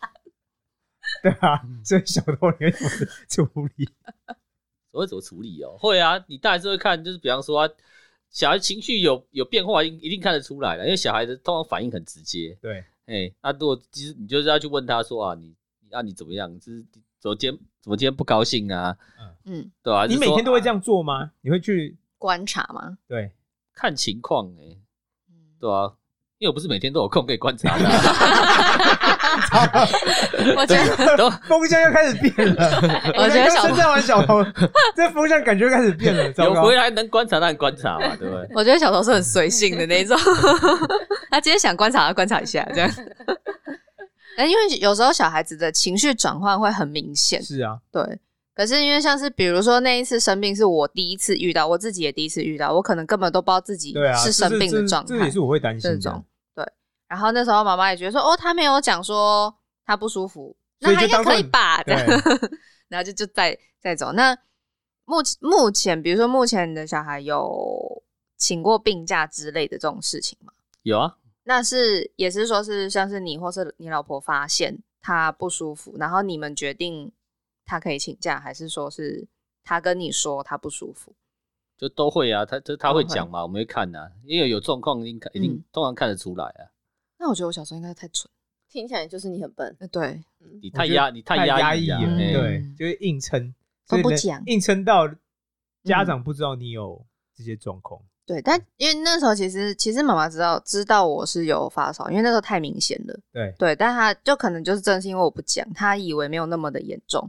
[SPEAKER 3] 对啊，所以小偷你会怎么处理？
[SPEAKER 4] 我会怎么处理哦？会啊，你大还是会看，就是比方说、啊，小孩情绪有有变化，一定一定看得出来的，因为小孩子通常反应很直接。
[SPEAKER 3] 对，
[SPEAKER 4] 哎、那、如果其实你就是要去问他说啊，你啊你怎么样？就是昨天怎么今天不高兴啊？
[SPEAKER 2] 嗯，
[SPEAKER 4] 对吧、啊？
[SPEAKER 3] 你每天都会这
[SPEAKER 4] 样、
[SPEAKER 3] 样做吗？你会去
[SPEAKER 2] 观察嘛，
[SPEAKER 3] 对？
[SPEAKER 4] 看情况哎、
[SPEAKER 2] 嗯
[SPEAKER 4] 对啊，因为我不是每天都有空可以观察他，
[SPEAKER 2] 我觉得
[SPEAKER 4] 都
[SPEAKER 3] 风向又开始变了，
[SPEAKER 2] 我觉得小
[SPEAKER 3] 刚称赞完小偷，这风向感觉又开始变了，糟
[SPEAKER 4] 有
[SPEAKER 3] 糕
[SPEAKER 4] 回！来能观察当然观察嘛，对不对？
[SPEAKER 2] 我觉得小头是很随性的那一种， 他今天想观察，他观察一下这样。 哎，因为有时候小孩子的情绪转换会很明显，
[SPEAKER 3] 是啊，
[SPEAKER 2] 对。可是因为像是比如说那一次生病是我第一次遇到，我自己也第一次遇到，我可能根本都不知道自己
[SPEAKER 3] 对啊，
[SPEAKER 2] 是
[SPEAKER 3] 这
[SPEAKER 2] 生病
[SPEAKER 3] 这
[SPEAKER 2] 的状态。
[SPEAKER 3] 这也是我会担心
[SPEAKER 2] 这
[SPEAKER 3] 的
[SPEAKER 2] 种。然后那时候妈妈也觉得说，哦，他没有讲说他不舒服，
[SPEAKER 3] 所
[SPEAKER 2] 那
[SPEAKER 3] 以
[SPEAKER 2] 他
[SPEAKER 3] 就
[SPEAKER 2] 应该
[SPEAKER 3] 当作
[SPEAKER 2] 可以吧？这
[SPEAKER 3] 对
[SPEAKER 2] 样，然后就就再再走。那目前目前，比如说目前你的小孩有请过病假之类的这种事情吗？
[SPEAKER 4] 有啊，
[SPEAKER 2] 那是也是说是像是你或是你老婆发现他不舒服，然后你们决定他可以请假，还是说是他跟你说他不舒服？
[SPEAKER 4] 就都会啊，他就他会
[SPEAKER 2] 都会
[SPEAKER 4] 讲嘛，我们会看呐、啊，因为有状况一定看，一定、
[SPEAKER 2] 嗯
[SPEAKER 4] 通常看得出来啊。
[SPEAKER 2] 那我觉得我小时候应该太蠢，
[SPEAKER 1] 听起来就是你很笨，
[SPEAKER 2] 呃对，
[SPEAKER 4] 你
[SPEAKER 3] 我
[SPEAKER 4] 太
[SPEAKER 3] 觉得
[SPEAKER 4] 压，你太
[SPEAKER 3] 压
[SPEAKER 4] 抑啊
[SPEAKER 3] 了，
[SPEAKER 2] 嗯
[SPEAKER 4] 哎
[SPEAKER 3] 对，就是硬撑，
[SPEAKER 2] 都
[SPEAKER 3] 所以
[SPEAKER 2] 不
[SPEAKER 3] 呢
[SPEAKER 2] 讲嗯
[SPEAKER 3] 硬撑到家长不知道你有这些状况，
[SPEAKER 2] 对，但因为那时候其实其实妈妈知道知道我是有发烧，因为那时候太明显了。
[SPEAKER 3] 对，
[SPEAKER 2] 对，但她就可能就是正是因为我不讲，她以为没有那么的严重，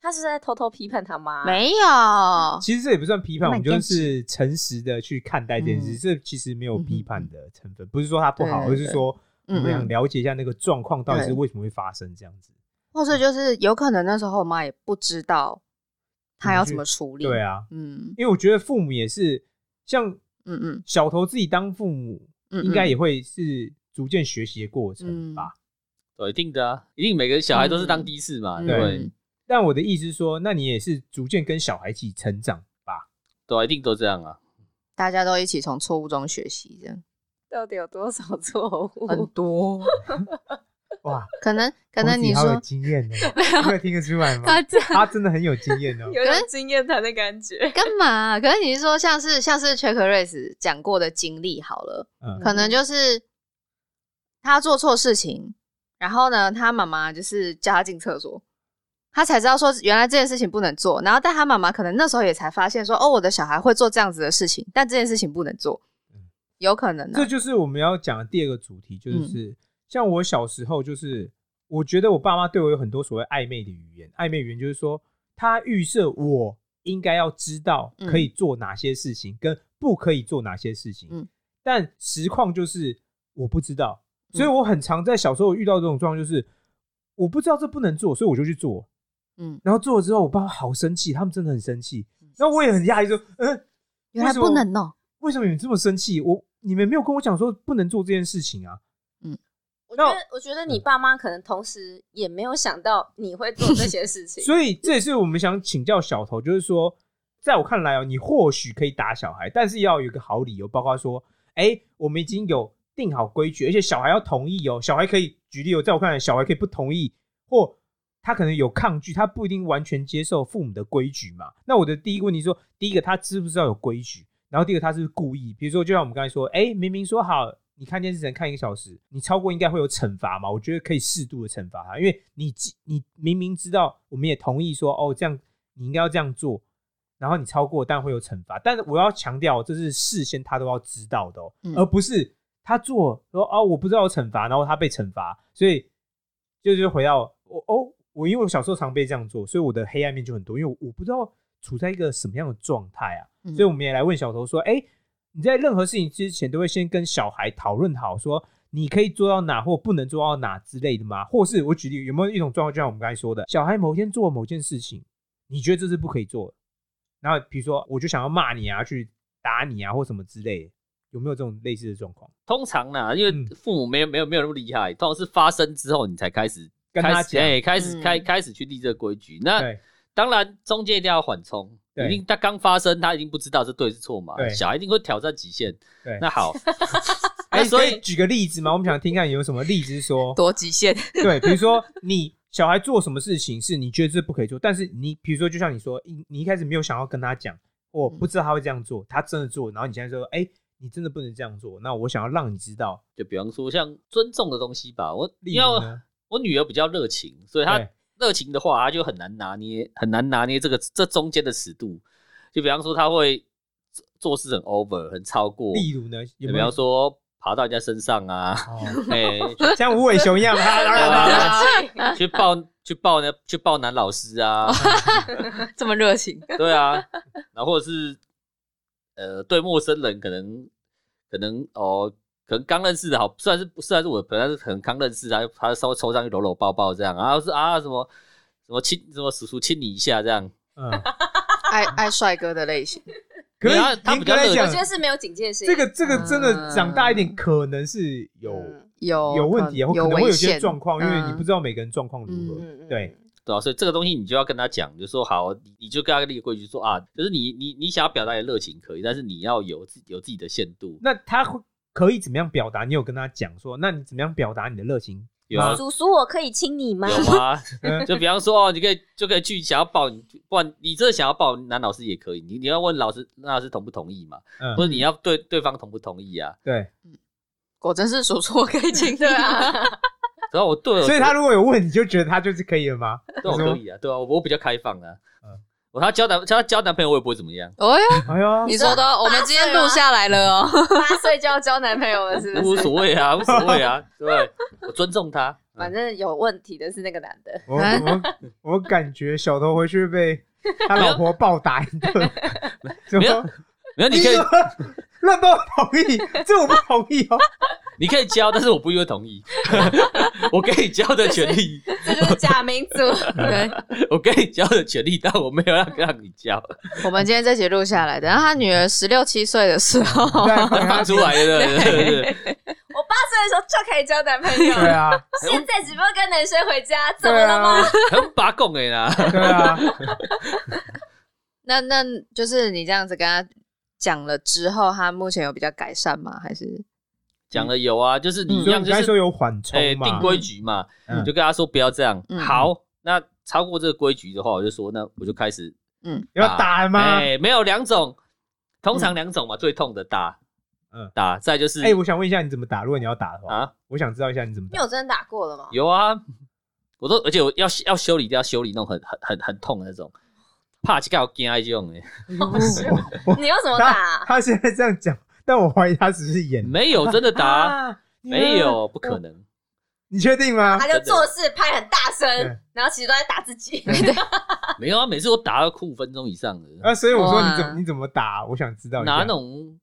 [SPEAKER 1] 他是在偷偷批判他妈，
[SPEAKER 2] 没
[SPEAKER 1] 嗯
[SPEAKER 2] 有。
[SPEAKER 3] 其实这也不算批判，我们
[SPEAKER 2] 那你
[SPEAKER 3] 就
[SPEAKER 2] 坚
[SPEAKER 3] 是诚实的去看待这件事，
[SPEAKER 2] 嗯
[SPEAKER 3] 这其实没有批判
[SPEAKER 2] 嗯
[SPEAKER 3] 的成分，不是说它不好，
[SPEAKER 2] 对
[SPEAKER 3] 而是说我
[SPEAKER 2] 嗯
[SPEAKER 3] 们想
[SPEAKER 2] 嗯
[SPEAKER 3] 了解一下那个状况到底是
[SPEAKER 2] 对
[SPEAKER 3] 为什么会发生这样子。
[SPEAKER 2] 或是就是有可能那时候我妈也不知道她要
[SPEAKER 3] 怎
[SPEAKER 2] 怎
[SPEAKER 3] 么
[SPEAKER 2] 么处理。
[SPEAKER 3] 嗯对，啊，
[SPEAKER 2] 嗯
[SPEAKER 3] 因为我觉得父母也是像
[SPEAKER 2] 嗯嗯
[SPEAKER 3] 小头自己当父母，
[SPEAKER 2] 嗯，
[SPEAKER 3] 应该
[SPEAKER 2] 嗯
[SPEAKER 3] 也会是逐渐学习的过程吧。
[SPEAKER 4] 对，一定的啊，一定每个小孩都是当第一次嘛，
[SPEAKER 2] 嗯
[SPEAKER 4] 对不对
[SPEAKER 2] 嗯
[SPEAKER 3] 但我的意思是说，那你也是逐渐跟小孩一起成长 吧？
[SPEAKER 4] 对啊，一定都这样啊。
[SPEAKER 2] 大家都一起从错误中学习，这样
[SPEAKER 1] 到底有多少错误？
[SPEAKER 2] 很多。
[SPEAKER 3] 哇，
[SPEAKER 2] 可能可能
[SPEAKER 3] 孔子
[SPEAKER 2] 你
[SPEAKER 3] 好有
[SPEAKER 2] 说
[SPEAKER 3] 经 验呢，哦你有听得出来吗？
[SPEAKER 2] 她这
[SPEAKER 1] 啊
[SPEAKER 3] 他真的很有经验 哦。
[SPEAKER 1] 有点经验谈的感觉。
[SPEAKER 2] 干嘛？啊可是你是说像是像是 Chuck Race 讲过的经历好了。
[SPEAKER 3] 嗯，
[SPEAKER 2] 可能就是他做错事情，然后呢，他妈妈就是叫他进厕所，他才知道说原来这件事情不能做。然后，但他妈妈可能那时候也才发现说，哦，我的小孩会做这样子的事情，但这件事情不能做，有可能
[SPEAKER 3] 嗯
[SPEAKER 2] 啊
[SPEAKER 3] 这
[SPEAKER 2] 呢、
[SPEAKER 3] 就是我们要讲的第二个主题，
[SPEAKER 2] 嗯
[SPEAKER 3] 就是、像我小时候，就是我觉得我爸妈对我有很多所谓暧昧的语言，暧昧语言就是说他预设我应该要知道
[SPEAKER 2] 嗯
[SPEAKER 3] 可以做哪些事情，跟不可以做哪些事情。
[SPEAKER 2] 嗯
[SPEAKER 3] 但实况就是我不知道，所以
[SPEAKER 2] 嗯
[SPEAKER 3] 我很常在小时候遇到这种状况，就是我不知道这不能做，所以我就去做。
[SPEAKER 2] 嗯，
[SPEAKER 3] 然后做了之后，我爸妈好生气，他们真的很生气。然后我也很讶异，说：“嗯、
[SPEAKER 2] 原来
[SPEAKER 3] 为什么
[SPEAKER 2] 不能哦。
[SPEAKER 3] 为什么你们这么生气？我你们没有跟我讲说不能做这件事情啊？
[SPEAKER 1] 我觉得，我觉
[SPEAKER 3] 嗯
[SPEAKER 1] 得你爸妈可能同时也没有想到你会做这些事情。
[SPEAKER 3] 所以这也是我们想请教小头，就是说，在我看来哦，你或许可以打小孩，但是要有一个好理由，包括说，哎、我们已经有定好规矩，而且小孩要同意哦。小孩可以举例哦，在我看来，小孩可以不同意，或他可能有抗拒，他不一定完全接受父母的规矩嘛。那我的第一个问题是说，第一个他知不知道有规矩？然后第二个他是不是故意，比如说就像我们刚才说，哎，明明说好你看电视只能看一个小时，你超过应该会有惩罚嘛？我觉得可以适度的惩罚他，因为你既你明明知道，我们也同意说哦这样你应该要这样做，然后你超过，当然会有惩罚。但是我要强调，这是事先他都要知道的、哦，
[SPEAKER 2] 嗯
[SPEAKER 3] 而不是他做说啊、我不知道有惩罚，然后他被惩罚，所以就是回到我哦，我因为我小时候常被这样做，所以我的黑暗面就很多，因为我不知道处在一个什么样的状态啊，
[SPEAKER 2] 嗯
[SPEAKER 3] 所以我们也来问小头说，哎、你在任何事情之前都会先跟小孩讨论好说。你可以做到哪或不能做到哪之类的吗？或是我举例，有没有一种状况，就像我们刚才说的，小孩某天做某件事情，你觉得这是不可以做的，然后比如说我就想要骂你啊，去打你啊，或什么之类的，有没有这种类似的状况？
[SPEAKER 4] 通常呢，因为
[SPEAKER 3] 嗯
[SPEAKER 4] 父母没有没有没有那么厉害，通常是发生之后你才开始
[SPEAKER 3] 跟他
[SPEAKER 4] 开始
[SPEAKER 3] 讲
[SPEAKER 4] 哎开始
[SPEAKER 2] 嗯
[SPEAKER 4] 开开始去立这个规矩。那
[SPEAKER 3] 对
[SPEAKER 4] 当然中间一定要缓冲，
[SPEAKER 3] 对
[SPEAKER 4] 一定他刚发生他一定不知道是对是错嘛
[SPEAKER 3] 对，
[SPEAKER 4] 小孩一定会挑战极限。
[SPEAKER 3] 对，
[SPEAKER 4] 那 好，
[SPEAKER 3] 哎
[SPEAKER 4] 那啊所
[SPEAKER 3] 可
[SPEAKER 4] 以
[SPEAKER 3] 举个例子嘛，我们想听看有什么例子是说，
[SPEAKER 6] 多极限，
[SPEAKER 3] 对，比如说你小孩做什么事情是你觉得这不可以做，但是你比如说就像你说，你你一开始没有想要跟他讲，我
[SPEAKER 1] 嗯
[SPEAKER 3] 不知道他会这样做，他真的做，然后你现在说，哎、你真的不能这样做，那我想要让你知道，
[SPEAKER 4] 就比方说像尊重的东西吧，我
[SPEAKER 3] 例
[SPEAKER 4] 因
[SPEAKER 3] 如
[SPEAKER 4] 为
[SPEAKER 3] 呢
[SPEAKER 4] 我女儿比较热情，所以她
[SPEAKER 3] 对
[SPEAKER 4] 热情的话，她就很难拿捏，很难拿捏这个这中间的尺度。就比方说，她会做做事很 over，很超过，
[SPEAKER 3] 例如呢，有
[SPEAKER 4] 就
[SPEAKER 3] 没
[SPEAKER 4] 比
[SPEAKER 3] 有
[SPEAKER 4] 方？说爬到人家身上 啊，
[SPEAKER 3] 哦
[SPEAKER 4] 哎、
[SPEAKER 3] 像无尾熊一样， 啪啦啦啦
[SPEAKER 4] 啊
[SPEAKER 3] 啦啦
[SPEAKER 4] 去抱去抱呢，去抱男老师 啊，
[SPEAKER 6] 这么热情，
[SPEAKER 4] 对啊，然后或者是呃，对陌生人可能可能哦，可能刚认识的好，虽然是虽然是我的朋友，但是可能刚认识，他他稍微抽上去搂搂抱抱这样，然后是啊什么什么亲什么叔叔亲你一下这样，
[SPEAKER 3] 嗯，
[SPEAKER 2] 爱爱帅哥的类型，
[SPEAKER 3] 可是
[SPEAKER 4] 没有他
[SPEAKER 3] 严
[SPEAKER 4] 比
[SPEAKER 3] 格
[SPEAKER 4] 较
[SPEAKER 3] 来
[SPEAKER 4] 热情
[SPEAKER 1] 我
[SPEAKER 3] 讲
[SPEAKER 1] 觉，得是没有警戒性。
[SPEAKER 3] 这个这个真的长大一点，可能是有
[SPEAKER 1] 嗯
[SPEAKER 6] 有
[SPEAKER 3] 有问题，或可能会有
[SPEAKER 6] 危
[SPEAKER 3] 一些
[SPEAKER 6] 险
[SPEAKER 3] 状况，因为你
[SPEAKER 6] 嗯
[SPEAKER 3] 不知道每个人状况如何。
[SPEAKER 1] 嗯嗯
[SPEAKER 3] 对，
[SPEAKER 4] 对啊，所以这个东西你就要跟他讲，就说好，你你就跟他立个规矩说啊，就是你你你想要表达的热情可以，但是你要有自有自己的限度。
[SPEAKER 3] 那他会可以怎么样表达？你有跟他讲说，那你怎么样表达你的热情？
[SPEAKER 4] 有啊，
[SPEAKER 1] 叔叔，我可以亲你 吗？
[SPEAKER 4] 有吗？
[SPEAKER 3] 嗯
[SPEAKER 4] 就比方说哦，你可以就可以去想要抱你，不然你真的想要抱男老师也可以，你你要问老师，那老师同不同意嘛？
[SPEAKER 3] 嗯
[SPEAKER 4] 或，者你要对对方同不同意啊？
[SPEAKER 3] 对。
[SPEAKER 6] 果真是叔叔我可以 亲
[SPEAKER 1] 对啊，
[SPEAKER 4] 然后我对，
[SPEAKER 3] 所以他如果有问，你就觉得他就是可以 了吗？
[SPEAKER 4] 对我可以啊，对啊，我我比较开放啊。
[SPEAKER 3] 嗯
[SPEAKER 4] 我他交男他交男朋友我也不会怎么样，
[SPEAKER 6] 哦哟，
[SPEAKER 3] 哎呦，
[SPEAKER 6] 你说的哦，我们今天录下来了哦，
[SPEAKER 1] 八岁就要交男朋友了，是不
[SPEAKER 4] 无
[SPEAKER 1] 是？
[SPEAKER 4] 所谓 啊，无所谓啊，对，我尊重他。嗯
[SPEAKER 1] 反正有问题的是那个男的，
[SPEAKER 3] 我我 我感觉小头回去被他老婆暴打一顿。怎
[SPEAKER 4] 没有
[SPEAKER 3] 么？
[SPEAKER 4] 没有，你
[SPEAKER 3] 你
[SPEAKER 4] 可以
[SPEAKER 3] 说 乱报同意， 这我不同意 哦。
[SPEAKER 4] 你可以教，但是我不一定会 同意。我给你教的权利，
[SPEAKER 1] 这就是假民 族。
[SPEAKER 6] 对，
[SPEAKER 4] 我给你教的权利，但我没有要让你教，
[SPEAKER 6] 我们今天这集录下来的。然后他女儿十六七岁的时候，
[SPEAKER 3] 对啊
[SPEAKER 4] 放出来 的，对对对对。
[SPEAKER 1] 我八岁的时候就可以交男朋友
[SPEAKER 3] 对
[SPEAKER 1] 了，
[SPEAKER 3] 啊，
[SPEAKER 1] 现在只不过跟男生回家，怎么
[SPEAKER 3] 对
[SPEAKER 1] 了吗？
[SPEAKER 3] 啊，
[SPEAKER 4] 很八共哎啦。
[SPEAKER 3] 对啊，
[SPEAKER 2] 那那就是你这样子跟他讲了之后，他目前有比较改善吗？还是
[SPEAKER 4] 讲了有啊，就是你一
[SPEAKER 3] 所以
[SPEAKER 4] 样
[SPEAKER 3] 嗯你
[SPEAKER 4] 就
[SPEAKER 3] 刚才说
[SPEAKER 4] 是
[SPEAKER 3] 有缓
[SPEAKER 4] 哎
[SPEAKER 3] 冲嘛？
[SPEAKER 4] 定规矩嘛，
[SPEAKER 3] 嗯
[SPEAKER 4] 你就跟他说不要这样
[SPEAKER 2] 嗯。
[SPEAKER 4] 好，那超过这个规矩的话，我就说那我就开始
[SPEAKER 3] 要打了吗？
[SPEAKER 4] 哎，没有两种，通常两种嘛，最痛的打，
[SPEAKER 3] 嗯
[SPEAKER 4] 嗯，打，再就是
[SPEAKER 3] 哎，我想问一下你怎么打？如果你要打的话，
[SPEAKER 4] 啊，
[SPEAKER 3] 我想知道一下你怎么
[SPEAKER 1] 你
[SPEAKER 3] 打。
[SPEAKER 1] 有真的打过了吗？
[SPEAKER 4] 有啊，我都而且我要要修理，一定要修理那种很很很很痛的那种，怕去搞惊爱用哎，
[SPEAKER 1] 你用什么打
[SPEAKER 3] 他
[SPEAKER 1] 啊？
[SPEAKER 3] 他现在这样讲，但我怀疑他只是演。
[SPEAKER 4] 没有真的 打，
[SPEAKER 3] 啊，你啊们
[SPEAKER 4] 没有不可能，
[SPEAKER 3] 你确定吗
[SPEAKER 1] 他？就做事拍很大
[SPEAKER 3] 对
[SPEAKER 1] 声，然后其实都在打自 己。
[SPEAKER 4] 没有啊，每次我打了哭五分钟以上的，
[SPEAKER 3] 啊，所以我说你怎
[SPEAKER 6] 哇
[SPEAKER 3] 么你怎么打？我想知道一下
[SPEAKER 4] 拿那种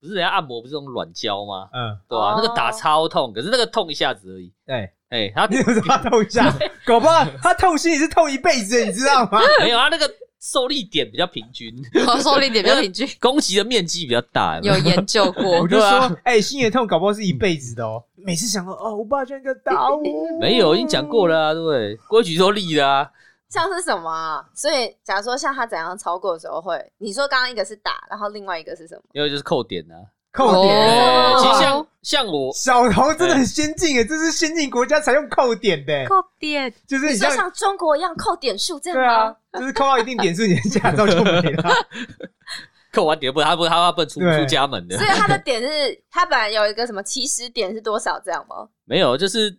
[SPEAKER 4] 不是人家按摩不是那种软胶吗？
[SPEAKER 3] 嗯，
[SPEAKER 4] 对
[SPEAKER 1] 哦
[SPEAKER 4] 啊，那个打超痛，可是那个痛一下子而已。
[SPEAKER 3] 对，
[SPEAKER 4] 哎、 他
[SPEAKER 3] 你怎么他痛一下？ 搞不好他痛心里是痛一辈子，你知道吗？
[SPEAKER 4] 没有啊，那个受力点比较平均，
[SPEAKER 6] 我受力点比较平 均，
[SPEAKER 4] 攻击的面积比较大。
[SPEAKER 6] 有研究
[SPEAKER 3] 我
[SPEAKER 6] 过，
[SPEAKER 3] 就
[SPEAKER 4] 对啊
[SPEAKER 3] 说，哎，心里的痛搞不好是一辈子的哦。每次想到哦，我爸居然敢打我，
[SPEAKER 4] 没有？已经讲过了、啊，对不对？规矩都立了、啊，
[SPEAKER 1] 像是什么啊？所以假如说像他怎样超过的时候会，你说刚刚一个是打，然后另外一个是什么？
[SPEAKER 4] 因为就是扣点啊。
[SPEAKER 3] 扣
[SPEAKER 4] 对
[SPEAKER 3] 点。
[SPEAKER 6] 哦
[SPEAKER 4] 其实像像我，
[SPEAKER 3] 小头真的很先进诶，这是先进国家才用扣点的，
[SPEAKER 6] 扣点，
[SPEAKER 3] 就是
[SPEAKER 1] 你
[SPEAKER 3] 你
[SPEAKER 1] 说
[SPEAKER 3] 像
[SPEAKER 1] 像中国一样扣点数这样
[SPEAKER 3] 对
[SPEAKER 1] 吗
[SPEAKER 3] 啊？，就是扣到一定点数，你的驾照就没 了。
[SPEAKER 4] 扣完点不，他不他他不能出
[SPEAKER 3] 对啊
[SPEAKER 4] 出家门的
[SPEAKER 1] 所以。他的点是，他本来有一个什么起始点是多少这样吗？
[SPEAKER 4] 没有，就是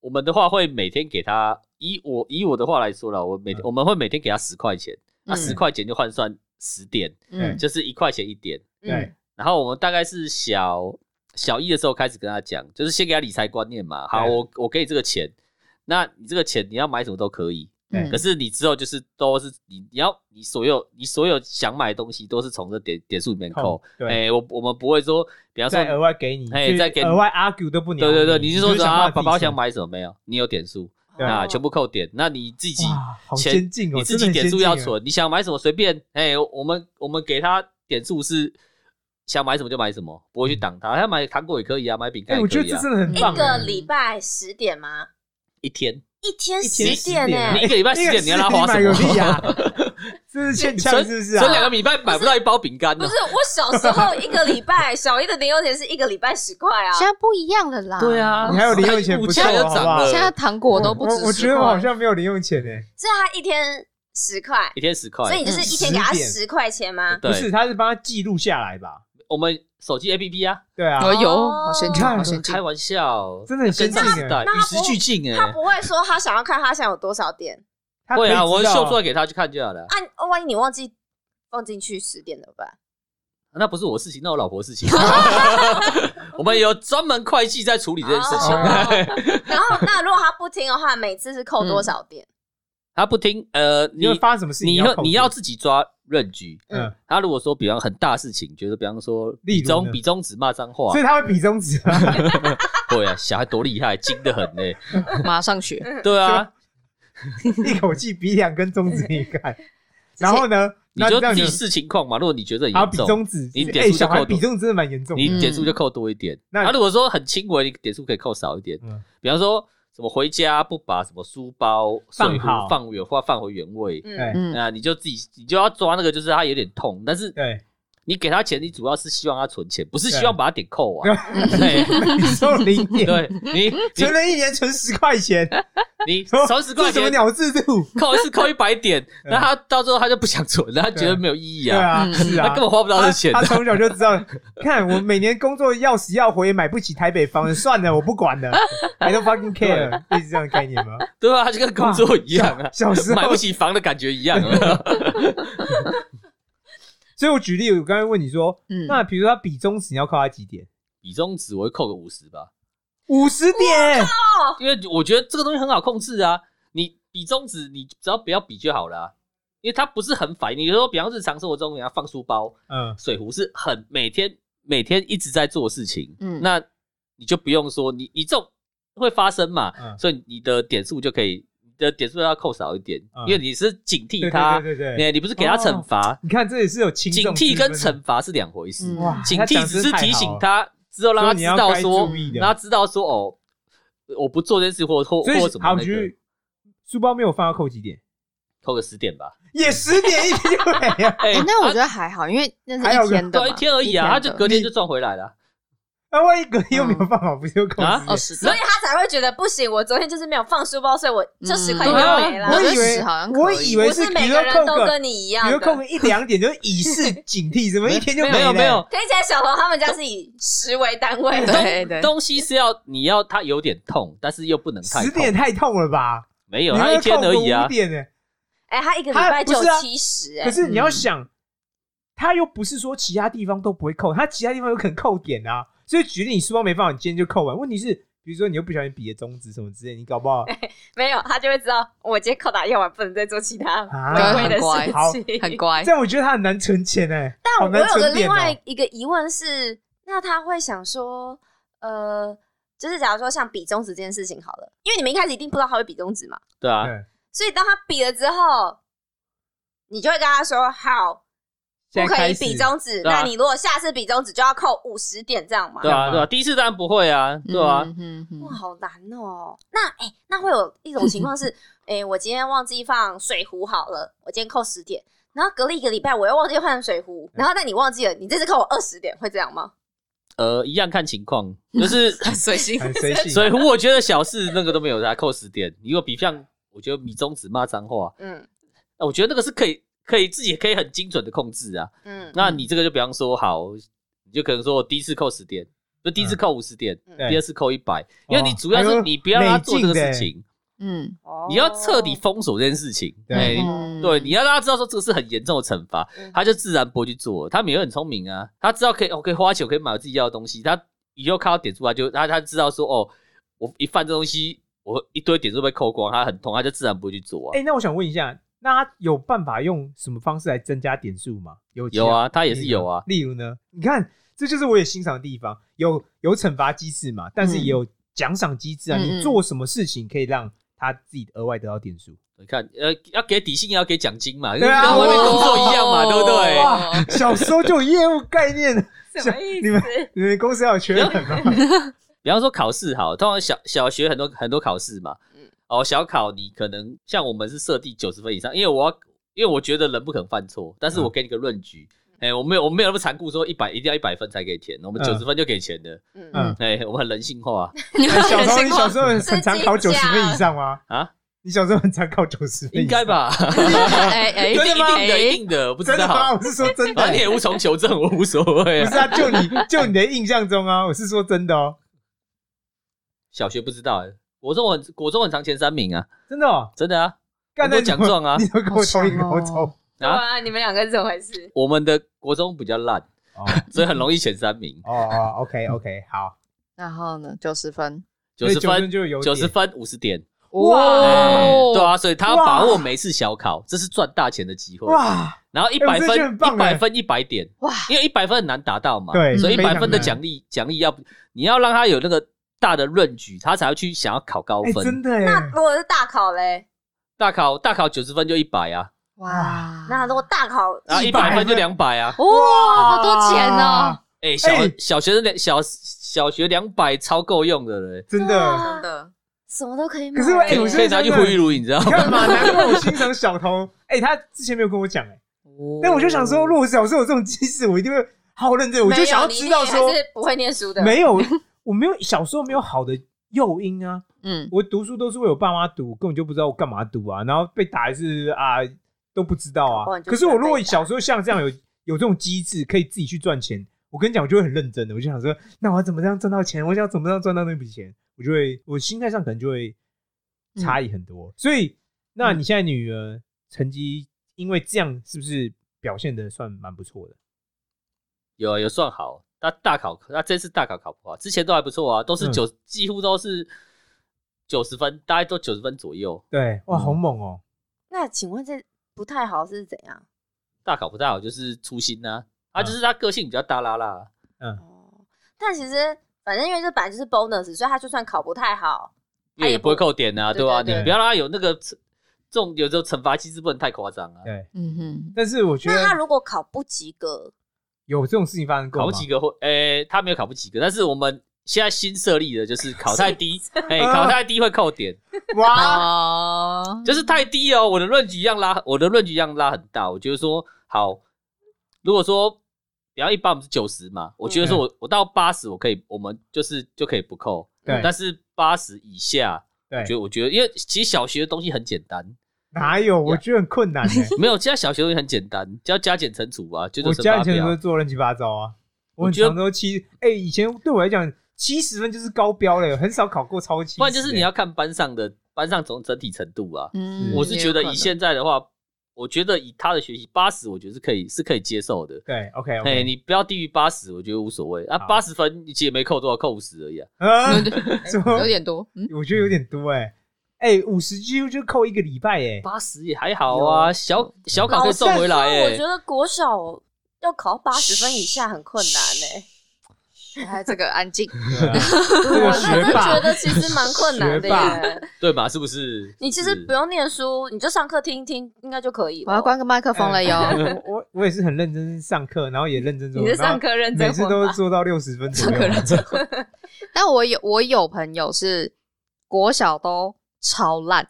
[SPEAKER 4] 我们的话会每天给他，以我以我的话来说了，我每、
[SPEAKER 3] 嗯
[SPEAKER 4] 我们会每天给他十块钱，那
[SPEAKER 6] 嗯
[SPEAKER 4] 十块钱就换算十点，
[SPEAKER 3] 嗯
[SPEAKER 4] 就是一块钱一点。
[SPEAKER 3] 对，
[SPEAKER 4] 然后我们大概是小小一的时候开始跟他讲，就是先给他理财观念嘛。好，
[SPEAKER 3] 对
[SPEAKER 4] 我我给你这个钱，那你这个钱你要买什么都可以。
[SPEAKER 3] 对
[SPEAKER 4] 可是你之后就是都是你你要你所有你所有想买的东西都是从这点点数里面扣
[SPEAKER 3] 扣。对
[SPEAKER 4] 哎、我我们不会说，比方说
[SPEAKER 3] 再额外给你，
[SPEAKER 4] 哎
[SPEAKER 3] 去
[SPEAKER 4] 再给你
[SPEAKER 3] 额外 argue 都不鸟
[SPEAKER 4] 对
[SPEAKER 3] 你。
[SPEAKER 4] 对对，你是说
[SPEAKER 3] 就想
[SPEAKER 4] 啊，
[SPEAKER 3] 办法
[SPEAKER 4] 爸爸我
[SPEAKER 3] 自己
[SPEAKER 4] 想买什么没有？你有点数
[SPEAKER 3] 对
[SPEAKER 1] 哦
[SPEAKER 4] 啊，全部扣点。那你自己
[SPEAKER 3] 哇，好
[SPEAKER 4] 钱
[SPEAKER 3] 先进哦，
[SPEAKER 4] 你自己
[SPEAKER 3] 真的很
[SPEAKER 4] 点数
[SPEAKER 3] 先进
[SPEAKER 4] 要
[SPEAKER 3] 耶，
[SPEAKER 4] 存，你想买什么随便。哎，我们我们给他点数是想买什么就买什么，不会去挡他。他买糖果也可以啊，买饼
[SPEAKER 3] 嗯
[SPEAKER 4] 干
[SPEAKER 3] 哎，
[SPEAKER 4] 也
[SPEAKER 3] 我觉
[SPEAKER 4] 可
[SPEAKER 3] 得
[SPEAKER 4] 以
[SPEAKER 3] 这
[SPEAKER 4] 啊。
[SPEAKER 3] 真的很
[SPEAKER 1] 一
[SPEAKER 3] 棒
[SPEAKER 1] 个
[SPEAKER 3] 哎。
[SPEAKER 1] 礼拜十点吗？
[SPEAKER 4] 一天，
[SPEAKER 1] 一天
[SPEAKER 3] 一
[SPEAKER 1] 十
[SPEAKER 3] 天10
[SPEAKER 1] 点
[SPEAKER 3] 点啊
[SPEAKER 1] 呢
[SPEAKER 4] 你？一个礼拜十点你要他花什
[SPEAKER 3] 哎
[SPEAKER 4] 么
[SPEAKER 3] 一个十点你买个屁 啊？这是欠呛
[SPEAKER 4] 存
[SPEAKER 3] 是不是
[SPEAKER 4] 存两
[SPEAKER 3] 啊？
[SPEAKER 4] 个礼拜买不到一包饼干
[SPEAKER 1] 不
[SPEAKER 4] 呢
[SPEAKER 1] 是，？我小时候一个礼拜，小一的零用钱是一个礼拜十块啊。
[SPEAKER 2] 现在不一样了啦。
[SPEAKER 4] 对啊，
[SPEAKER 3] 你还有零用钱
[SPEAKER 4] 物
[SPEAKER 3] 不
[SPEAKER 4] 价
[SPEAKER 3] 错
[SPEAKER 4] 就
[SPEAKER 3] 好不
[SPEAKER 4] 涨
[SPEAKER 3] 好
[SPEAKER 4] 了，
[SPEAKER 6] 现在糖果都不
[SPEAKER 3] 我
[SPEAKER 6] 止
[SPEAKER 3] 我觉得
[SPEAKER 6] 10
[SPEAKER 3] 我
[SPEAKER 4] 啊
[SPEAKER 6] 块
[SPEAKER 3] 好像没有零用钱诶。
[SPEAKER 1] 所以他一天十块
[SPEAKER 4] 一，天十块
[SPEAKER 1] 所以。你就是
[SPEAKER 6] 嗯
[SPEAKER 1] 一天给他
[SPEAKER 3] 10点
[SPEAKER 1] 十块钱吗？
[SPEAKER 4] 对
[SPEAKER 3] 不是，他是帮他记录下来吧？
[SPEAKER 4] 我们手机 APP 啊，
[SPEAKER 3] 对啊，
[SPEAKER 6] 我有，
[SPEAKER 1] 哦
[SPEAKER 6] 哎好先进，
[SPEAKER 3] 看
[SPEAKER 6] 好先进
[SPEAKER 4] 开。玩笑，
[SPEAKER 3] 真的很先
[SPEAKER 4] 跟
[SPEAKER 3] 进
[SPEAKER 4] 上时代
[SPEAKER 3] 哎，
[SPEAKER 4] 与时俱进
[SPEAKER 1] 他
[SPEAKER 4] 哎。
[SPEAKER 1] 不会说他想要看他现在有多少点
[SPEAKER 3] 他可以
[SPEAKER 4] 会啊，
[SPEAKER 3] 知
[SPEAKER 4] 我
[SPEAKER 3] 道
[SPEAKER 4] 秀出来给他去看就好了。
[SPEAKER 1] 啊？哦万一你忘记放进去十点怎么办？
[SPEAKER 4] 那不是我的事情，那我老婆的事情。 我们有专门会计在处理这件事情。啊
[SPEAKER 1] 哦 然后，那如果他不听的话，每次是扣
[SPEAKER 6] 嗯
[SPEAKER 1] 多少点？
[SPEAKER 4] 他不听，呃，
[SPEAKER 3] 你
[SPEAKER 4] 你
[SPEAKER 3] 会发生什么事情？
[SPEAKER 4] 你
[SPEAKER 3] 要
[SPEAKER 4] 要
[SPEAKER 3] 扣
[SPEAKER 4] 你
[SPEAKER 3] 除
[SPEAKER 4] 要自己抓认局。
[SPEAKER 3] 嗯，
[SPEAKER 4] 他如果说，比方很大事情，觉得比方说
[SPEAKER 3] 例
[SPEAKER 4] 比
[SPEAKER 3] 如呢
[SPEAKER 4] 中比中指骂脏话
[SPEAKER 3] 所以，他会比中指啊。
[SPEAKER 4] 对啊，小孩多厉害，精得很呢。
[SPEAKER 6] 马上 学，
[SPEAKER 4] 对啊，
[SPEAKER 3] 一口气比两根中指给 你看，然后呢，
[SPEAKER 4] 你
[SPEAKER 3] 那
[SPEAKER 4] 就
[SPEAKER 3] 让
[SPEAKER 4] 自
[SPEAKER 3] 你
[SPEAKER 4] 己视情况嘛。如果你觉得很
[SPEAKER 3] 还要
[SPEAKER 4] 严
[SPEAKER 3] 比
[SPEAKER 4] 重，
[SPEAKER 3] 中指，
[SPEAKER 4] 你点
[SPEAKER 3] 哎，
[SPEAKER 4] 数就
[SPEAKER 3] 小
[SPEAKER 4] 扣
[SPEAKER 3] 孩
[SPEAKER 4] 多
[SPEAKER 3] 比中指真的蛮严重
[SPEAKER 1] 嗯
[SPEAKER 3] 的，
[SPEAKER 4] 你点数就扣多一点。啊
[SPEAKER 3] 那
[SPEAKER 4] 他如果说很轻微，你点数可以扣少一点
[SPEAKER 3] 嗯。
[SPEAKER 4] 比方说什么回家不把什么书包、水
[SPEAKER 3] 放
[SPEAKER 4] 壶
[SPEAKER 3] 好
[SPEAKER 4] 放远或放回原位，
[SPEAKER 3] 哎
[SPEAKER 1] 嗯，
[SPEAKER 6] 嗯，
[SPEAKER 4] 啊，你就自己你就要抓那个，就是他有点痛，但是
[SPEAKER 3] 对，
[SPEAKER 4] 你给他钱，你主要是希望他存钱，不是希
[SPEAKER 3] 对
[SPEAKER 4] 望把他点扣 完。对
[SPEAKER 3] 收零点，
[SPEAKER 4] 对， 你
[SPEAKER 3] 存了一年存十块钱，
[SPEAKER 4] 你你
[SPEAKER 3] 说
[SPEAKER 4] 三十块
[SPEAKER 3] 这什么
[SPEAKER 4] 钱
[SPEAKER 3] 鸟制度？
[SPEAKER 4] 扣一次扣一百点，
[SPEAKER 3] 嗯
[SPEAKER 4] 那他到最后他就不想存了，他觉得没有意义
[SPEAKER 3] 对
[SPEAKER 4] 啊，
[SPEAKER 3] 啊，
[SPEAKER 6] 嗯
[SPEAKER 3] 是
[SPEAKER 4] 他
[SPEAKER 3] 啊
[SPEAKER 4] 根。本花不到
[SPEAKER 3] 他
[SPEAKER 4] 这钱
[SPEAKER 3] 他
[SPEAKER 4] 的。
[SPEAKER 3] 从小就知道， 看我每年工作要死要活也买不起台北房，算了，我不管 了，I don't fucking care，类似这样的概念吗？
[SPEAKER 4] 对啊，他就跟工作一样啊，
[SPEAKER 3] 小时
[SPEAKER 4] 买
[SPEAKER 3] 候
[SPEAKER 4] 不，起房的感觉 一样啊。
[SPEAKER 3] 所以我举例，我刚才问你说，
[SPEAKER 6] 嗯
[SPEAKER 3] 那哎比如说他比中指，你要扣他几点？
[SPEAKER 4] 比中指我会扣个五十吧，
[SPEAKER 3] 五十点，
[SPEAKER 4] 因为我觉得这个东西很好控制啊。你比中指，你只要不要比就好了啊、因为它不是很烦。你说，比方日常生活中，你要放书包，
[SPEAKER 3] 嗯，
[SPEAKER 4] 水壶是很每天每天一直在做事情，
[SPEAKER 6] 嗯
[SPEAKER 4] 那你就不用说你你这种会发生嘛，
[SPEAKER 3] 嗯
[SPEAKER 4] 所以你的点数就可以，你的点数要扣少一点，
[SPEAKER 3] 嗯
[SPEAKER 4] 因为你是警惕
[SPEAKER 3] 对
[SPEAKER 4] 他
[SPEAKER 3] 对，对对对。哦
[SPEAKER 4] 你你不是给他惩罚，
[SPEAKER 3] 你看，这也是有轻
[SPEAKER 4] 警
[SPEAKER 3] 重之
[SPEAKER 4] 惕跟
[SPEAKER 3] 分的
[SPEAKER 4] 惩罚是两回事，
[SPEAKER 6] 嗯
[SPEAKER 3] 哇，
[SPEAKER 4] 警
[SPEAKER 3] 他讲
[SPEAKER 4] 惕
[SPEAKER 3] 得
[SPEAKER 4] 只
[SPEAKER 3] 真
[SPEAKER 4] 是
[SPEAKER 3] 太
[SPEAKER 4] 提
[SPEAKER 3] 好
[SPEAKER 4] 醒
[SPEAKER 3] 了，
[SPEAKER 4] 他之后让
[SPEAKER 3] 所
[SPEAKER 4] 他
[SPEAKER 3] 以你
[SPEAKER 4] 知
[SPEAKER 3] 要
[SPEAKER 4] 道
[SPEAKER 3] 该
[SPEAKER 4] 说
[SPEAKER 3] 注意，的
[SPEAKER 4] 让他知道说哦，我不做这件事或
[SPEAKER 3] 所
[SPEAKER 4] 或或什
[SPEAKER 3] 以好，
[SPEAKER 4] 么
[SPEAKER 3] 我
[SPEAKER 4] 那
[SPEAKER 3] 觉
[SPEAKER 4] 个
[SPEAKER 3] 得，书包没有放要扣几点？
[SPEAKER 4] 扣个十点吧，
[SPEAKER 3] 也十点一天就没 了。
[SPEAKER 4] 哎
[SPEAKER 6] 哎，那我觉
[SPEAKER 4] 得。
[SPEAKER 6] 得还好，因为那
[SPEAKER 3] 啊还有
[SPEAKER 6] 是一
[SPEAKER 3] 个
[SPEAKER 6] 天的嘛，
[SPEAKER 4] 对，一天而已啊，
[SPEAKER 6] 一嗯
[SPEAKER 4] 他
[SPEAKER 6] 天的
[SPEAKER 4] 就隔天就赚回来了。
[SPEAKER 3] 那啊万一隔天又没有办法，不是又扣
[SPEAKER 4] 啊
[SPEAKER 6] 哦，
[SPEAKER 3] 十
[SPEAKER 6] 是
[SPEAKER 1] 所
[SPEAKER 6] 的
[SPEAKER 1] 以，他才会觉得不行。我昨天就是没有放书包，所以我就十块钱
[SPEAKER 6] 对啊
[SPEAKER 1] 就没
[SPEAKER 3] 点？
[SPEAKER 1] 了。
[SPEAKER 3] 我
[SPEAKER 6] 觉得
[SPEAKER 3] 以为
[SPEAKER 6] 十好像可以
[SPEAKER 3] 我以为
[SPEAKER 1] 不
[SPEAKER 3] 是，
[SPEAKER 1] 是
[SPEAKER 3] 比
[SPEAKER 1] 每
[SPEAKER 3] 如
[SPEAKER 1] 个
[SPEAKER 3] 说
[SPEAKER 1] 人
[SPEAKER 3] 扣
[SPEAKER 1] 都
[SPEAKER 3] 个
[SPEAKER 1] 跟，你一
[SPEAKER 3] 比
[SPEAKER 1] 样
[SPEAKER 3] 如
[SPEAKER 1] 的。
[SPEAKER 3] 扣个一两点，就是以示警惕，怎么一天就
[SPEAKER 4] 没有
[SPEAKER 3] 了？
[SPEAKER 4] 没有，
[SPEAKER 1] 听起来小头他们家是以十为单位的，
[SPEAKER 6] 对对，
[SPEAKER 4] 东西是要你要它有点痛，但是又不能太
[SPEAKER 3] 十点
[SPEAKER 4] 痛
[SPEAKER 3] 太痛了吧？
[SPEAKER 4] 没有，
[SPEAKER 3] 你
[SPEAKER 4] 它一天而已
[SPEAKER 3] 五
[SPEAKER 4] 啊。
[SPEAKER 3] 点呢？
[SPEAKER 1] 哎、他一个礼
[SPEAKER 3] 他
[SPEAKER 1] 拜就
[SPEAKER 3] 不是啊
[SPEAKER 1] 有七十、
[SPEAKER 3] 可
[SPEAKER 1] 哎，
[SPEAKER 3] 是你要想，他又不是说其他地方都不会扣，他其他地方有可能扣点啊。所以举例，你书包没放，你今天就扣完。问题是，比如说你又不小心比了中指什么之类，你搞不好
[SPEAKER 1] 没有，他就会知道我今天扣打用完，不能再做其他
[SPEAKER 3] 啊
[SPEAKER 1] 违规的
[SPEAKER 6] 很
[SPEAKER 3] 乖
[SPEAKER 1] 事情。
[SPEAKER 6] 很乖
[SPEAKER 3] 这。样我觉得他很难存钱哎、
[SPEAKER 1] 但
[SPEAKER 3] 好
[SPEAKER 1] 我
[SPEAKER 3] 难
[SPEAKER 1] 有个
[SPEAKER 3] 存
[SPEAKER 1] 另
[SPEAKER 3] 点哦、
[SPEAKER 1] 外一个疑问是，那他会想说，呃，就是假如说像比中指这件事情好了，因为你们一开始一定不知道他会比中指嘛，
[SPEAKER 4] 对啊，
[SPEAKER 3] 对，
[SPEAKER 1] 所以当他比了之后，你就会跟他说好。不
[SPEAKER 3] 现在
[SPEAKER 1] 可
[SPEAKER 3] 开
[SPEAKER 1] 以
[SPEAKER 3] 始
[SPEAKER 1] 比中指，
[SPEAKER 4] 对啊
[SPEAKER 1] 那你如果下次比中指就要扣五十点，这样嘛？
[SPEAKER 4] 对
[SPEAKER 3] 干
[SPEAKER 4] 啊，
[SPEAKER 3] 嘛
[SPEAKER 4] 对啊，第一次当然不会啊，对啊，
[SPEAKER 6] 嗯，嗯嗯
[SPEAKER 1] 哇，好难哦。那哎、那会有一种情况 是，哎、我今天忘记放水壶好了，我今天扣十点，然后隔了一个礼拜我又忘记换水壶，然后但你忘记了，你这次扣我二十点，会这样吗？
[SPEAKER 4] 呃，一样看 情况，就是
[SPEAKER 6] 随性
[SPEAKER 3] 很随性，
[SPEAKER 4] 所以我觉得小事那个都没有，他扣十点。如果比像，我觉得米中指骂脏话，
[SPEAKER 1] 嗯
[SPEAKER 4] 那我觉得那个是可以可以自己可以很精准的控制啊。
[SPEAKER 1] 嗯，
[SPEAKER 4] 那你这个就比方说好，你就可能说我第一次扣十点，就第一次
[SPEAKER 3] 嗯
[SPEAKER 4] 扣五十点，
[SPEAKER 1] 嗯
[SPEAKER 4] 第二次扣一百，因为你主
[SPEAKER 3] 哎
[SPEAKER 4] 要是
[SPEAKER 3] 呦
[SPEAKER 4] 你不要让他做这个
[SPEAKER 3] 累进
[SPEAKER 4] 事
[SPEAKER 3] 的哦
[SPEAKER 4] 情，
[SPEAKER 2] 嗯
[SPEAKER 1] 哦
[SPEAKER 4] 你要彻底封锁这件事情，
[SPEAKER 3] 对
[SPEAKER 4] 哎
[SPEAKER 2] 嗯
[SPEAKER 4] 对，你要让他知道说这个是很严重的惩罚
[SPEAKER 1] 嗯，
[SPEAKER 4] 他就自然不会去做。他们也很聪明啊，他知道可以，我可以花钱，我可以买我自己要的东西。他以后看到点数，他就他他知道说，哦，我一犯这东西，我一堆点数被扣光，他很痛，他就自然不会去做啊
[SPEAKER 3] 哎、。那我想问一下，那他有办法用什么方式来增加点数吗？有
[SPEAKER 4] 有啊他也是
[SPEAKER 3] 例如呢
[SPEAKER 4] 有啊
[SPEAKER 3] 例如呢，你看，这就是我也欣赏的地方，有有惩罚机制嘛，但是也有奖赏机制啊。
[SPEAKER 2] 嗯嗯
[SPEAKER 3] 你做什么事情可以让他自己额外得到点数？
[SPEAKER 4] 你看，呃，要给底薪，也要给奖金嘛，
[SPEAKER 3] 对啊
[SPEAKER 4] 跟外面工作一样嘛，
[SPEAKER 6] 哦
[SPEAKER 4] 对不对？
[SPEAKER 3] 哇，小时候就有业务概念，
[SPEAKER 1] 什么意
[SPEAKER 3] 你们
[SPEAKER 1] 思？
[SPEAKER 3] 你们公司要有缺人吗？
[SPEAKER 4] 比方说考试好，通常小小学很多很多考试嘛，哦，小考你可能像我们是设定九十分以上，因为我要因为我觉得人不可能犯错，但是我给你个论据，哎、我没有我没有那么残酷说一百一定要一百分才给钱，我们
[SPEAKER 3] 嗯
[SPEAKER 4] 九十分就给钱的，
[SPEAKER 1] 嗯
[SPEAKER 3] 嗯，
[SPEAKER 4] 哎、我们很人 性化
[SPEAKER 3] 哎小时候你小时候很常考九
[SPEAKER 1] 真
[SPEAKER 3] 十
[SPEAKER 1] 假
[SPEAKER 3] 分以上吗？
[SPEAKER 4] 啊，
[SPEAKER 3] 你小时候很常考九十分，
[SPEAKER 4] 应该？吧？
[SPEAKER 6] 哎哎，
[SPEAKER 4] 一定一定的，一
[SPEAKER 6] 哎
[SPEAKER 4] 定的，不知
[SPEAKER 3] 真的吗？
[SPEAKER 4] 道，
[SPEAKER 3] 我是说真的
[SPEAKER 4] 反正你。也无从求证，我无所谓
[SPEAKER 3] 不
[SPEAKER 4] 啊
[SPEAKER 3] 是。啊，就你就你的印象中啊，我是说真的哦，
[SPEAKER 4] 小学不知道、哎，国中我很国中很常前三名啊，
[SPEAKER 3] 真的哦，
[SPEAKER 4] 真的啊，
[SPEAKER 3] 干
[SPEAKER 4] 很
[SPEAKER 3] 的
[SPEAKER 4] 多奖状啊
[SPEAKER 3] 你都跟我同一个
[SPEAKER 6] 好
[SPEAKER 3] 高
[SPEAKER 6] 强
[SPEAKER 3] 中
[SPEAKER 6] 哦
[SPEAKER 1] 对啊，你们两个是怎么回事？
[SPEAKER 4] 我们的国中比较烂，
[SPEAKER 3] 哦
[SPEAKER 4] 所以很容易前三名，
[SPEAKER 3] 哦哦，OK OK，好，
[SPEAKER 6] 然后呢，九十分，
[SPEAKER 4] 九十
[SPEAKER 3] 所以
[SPEAKER 4] 分
[SPEAKER 3] 就有
[SPEAKER 4] 九十
[SPEAKER 3] 点，
[SPEAKER 4] 分五十点。
[SPEAKER 3] 哇
[SPEAKER 4] 哎对啊，所以他要把握
[SPEAKER 3] 哇
[SPEAKER 4] 每次小考，这是赚大钱的机会。
[SPEAKER 3] 哇，
[SPEAKER 4] 然后一
[SPEAKER 3] 哎我
[SPEAKER 4] 百
[SPEAKER 3] 真的觉得很
[SPEAKER 4] 分，一
[SPEAKER 3] 棒
[SPEAKER 4] 百
[SPEAKER 3] 哎
[SPEAKER 4] 分一百点，
[SPEAKER 6] 哇
[SPEAKER 4] 因为一百分很难达到嘛，
[SPEAKER 3] 对
[SPEAKER 4] 所以一
[SPEAKER 3] 非
[SPEAKER 4] 百
[SPEAKER 3] 常
[SPEAKER 4] 分的
[SPEAKER 3] 难
[SPEAKER 4] 奖励奖励要你要让他有那个大的论据，他才会去想要考高
[SPEAKER 3] 哎，真
[SPEAKER 4] 分。
[SPEAKER 3] 的哎，
[SPEAKER 1] 那如果是大考嘞，
[SPEAKER 4] 大考大考九十分就一百啊，
[SPEAKER 3] 哇
[SPEAKER 1] 那如果大考
[SPEAKER 4] 然后一
[SPEAKER 3] 100
[SPEAKER 4] 百分就
[SPEAKER 3] 分
[SPEAKER 4] 两百
[SPEAKER 2] 哦
[SPEAKER 4] 啊。
[SPEAKER 6] 哇，好多钱哦，！
[SPEAKER 4] 哎，小
[SPEAKER 3] 哎
[SPEAKER 4] 小学生两小小学两百超够用的嘞，
[SPEAKER 1] 啊
[SPEAKER 3] 真的，
[SPEAKER 6] 真的，
[SPEAKER 1] 什么都可以买，
[SPEAKER 3] 可是哎
[SPEAKER 4] 可以
[SPEAKER 3] 我
[SPEAKER 4] 可以拿去
[SPEAKER 3] 真的
[SPEAKER 4] 胡玉如，你知道
[SPEAKER 3] 你
[SPEAKER 4] 吗？
[SPEAKER 3] 看嘛，难怪我欣赏小童， 哎，他之前没有跟我讲哎，但我就想说，如果小时候有这种机制，我一定会好好认真，我就想要知道
[SPEAKER 1] 没有
[SPEAKER 3] 说
[SPEAKER 1] 你，是不会念书的，
[SPEAKER 3] 没有，我没有小时候没有好的诱因啊，
[SPEAKER 6] 嗯，
[SPEAKER 3] 我读书都是为我爸妈读，根本就不知道我干嘛读啊，然后被打一次啊都不知道
[SPEAKER 1] 搞不好
[SPEAKER 3] 啊。
[SPEAKER 1] 你就
[SPEAKER 3] 可是我如果
[SPEAKER 1] 被打
[SPEAKER 3] 小时候像这样有有这种机制，可以自己去赚钱，我跟你讲，我就会很认真的，我就想说，那我要怎么样赚到钱？我想要怎么样赚到那笔钱？我就会，我心态上可能就会差异很
[SPEAKER 1] 嗯
[SPEAKER 3] 多。所以，那你现在女儿成绩因为这样，是不是表现的算蛮不错的？
[SPEAKER 4] 有啊有算好，那大考那这次大考考不好，之前都还不错啊，都是
[SPEAKER 3] 嗯
[SPEAKER 4] 九、几乎都是九十分，大概都九十分左右。
[SPEAKER 3] 对，哇，
[SPEAKER 4] 嗯
[SPEAKER 3] 好猛哦、
[SPEAKER 1] 那请问这不太好是怎样？
[SPEAKER 4] 大考不太好就是粗心呐、啊，
[SPEAKER 3] 嗯
[SPEAKER 4] 就是他个性比较大拉拉，
[SPEAKER 1] 哦，但其实反正因为这本来就是 bonus，所以他就算考不太好，
[SPEAKER 4] 因
[SPEAKER 1] 他
[SPEAKER 4] 为也
[SPEAKER 1] 也
[SPEAKER 4] 不会扣点啊，
[SPEAKER 1] 对
[SPEAKER 4] 吧、
[SPEAKER 1] 对
[SPEAKER 3] 对
[SPEAKER 4] 你不要让他有那个这种有时候惩罚机制不能太夸张啊。
[SPEAKER 3] 对，
[SPEAKER 6] 嗯哼，
[SPEAKER 3] 但是我觉
[SPEAKER 1] 那他
[SPEAKER 3] 得
[SPEAKER 1] 如果考不及格，
[SPEAKER 3] 有这种事情发生过
[SPEAKER 4] 考
[SPEAKER 3] 吗
[SPEAKER 4] 不及格或诶、他没有考不及格，但是我们现在新设立的就是考太低，哎、
[SPEAKER 3] 嗯
[SPEAKER 4] 考太低会扣点，
[SPEAKER 3] 哇，
[SPEAKER 6] 哦，
[SPEAKER 4] 就是太低哦。我的论据一样拉，我的论据一样拉很大。我觉得说好，如果说比方一般我们是九十嘛，我觉
[SPEAKER 3] 嗯
[SPEAKER 4] 得说我、我到八十我可以，我们就是就可以不扣，
[SPEAKER 3] 对
[SPEAKER 4] 但是八十以下，
[SPEAKER 3] 对
[SPEAKER 4] 我觉得我觉得因为其实小学的东西很简单。
[SPEAKER 3] 哪有？我觉得很困 难、欸。
[SPEAKER 4] 没有，现在小学东西很简单，只要加减乘除啊，就
[SPEAKER 3] 我
[SPEAKER 4] 是
[SPEAKER 3] 家以
[SPEAKER 4] 乘法
[SPEAKER 3] 前都
[SPEAKER 4] 表
[SPEAKER 3] 是。做乱七八糟啊，我
[SPEAKER 4] 我
[SPEAKER 3] 很
[SPEAKER 4] 觉得
[SPEAKER 3] 常都七，哎、以前对我来讲七十分就是高标了，很少考过超七、欸
[SPEAKER 4] 不然就是你要，看班上的班上总整体程度啊。
[SPEAKER 6] 嗯
[SPEAKER 4] 我是觉得
[SPEAKER 6] 也有可
[SPEAKER 4] 以
[SPEAKER 6] 能
[SPEAKER 4] 现在的话，我觉得以他的学习八十，我觉得是可以是可以接受的。
[SPEAKER 3] 对，OK
[SPEAKER 4] 哎，
[SPEAKER 3] OK，
[SPEAKER 4] 你不要低于八十，我觉得无所谓。啊，
[SPEAKER 3] 好
[SPEAKER 4] 八十分你其实也没扣多少，扣五十而已啊。
[SPEAKER 3] 啊， 什么
[SPEAKER 6] 有？点多，嗯，
[SPEAKER 3] 我觉得有点多哎、哎、五十几乎就扣一个礼拜哎、
[SPEAKER 4] 八十也还好啊，
[SPEAKER 3] 嗯
[SPEAKER 4] 小小考可以送回来
[SPEAKER 1] 老实说我
[SPEAKER 4] 哎。
[SPEAKER 1] 觉得国小要考八十分以下很困难欸呢、
[SPEAKER 6] 哎，这个安静，
[SPEAKER 3] 对啊这个
[SPEAKER 1] 我真
[SPEAKER 3] 学
[SPEAKER 1] 的
[SPEAKER 3] 霸
[SPEAKER 1] 觉，得其实蛮困难的
[SPEAKER 3] 学霸
[SPEAKER 1] 耶。
[SPEAKER 4] 对嘛？是不是？
[SPEAKER 1] 你其实
[SPEAKER 4] 是
[SPEAKER 1] 不用念书，你就上课听一听，应该就可以了。
[SPEAKER 6] 我要关个麦克风
[SPEAKER 4] 嗯
[SPEAKER 6] 了哟，
[SPEAKER 3] 哎我我我也是很认真上课，然后也认真做，
[SPEAKER 1] 你是
[SPEAKER 3] 然后
[SPEAKER 1] 上课认真
[SPEAKER 3] 每次
[SPEAKER 1] 混
[SPEAKER 3] 都
[SPEAKER 1] 吧
[SPEAKER 3] 做到六十分左右，
[SPEAKER 6] 但我有我有朋友是国小都超烂，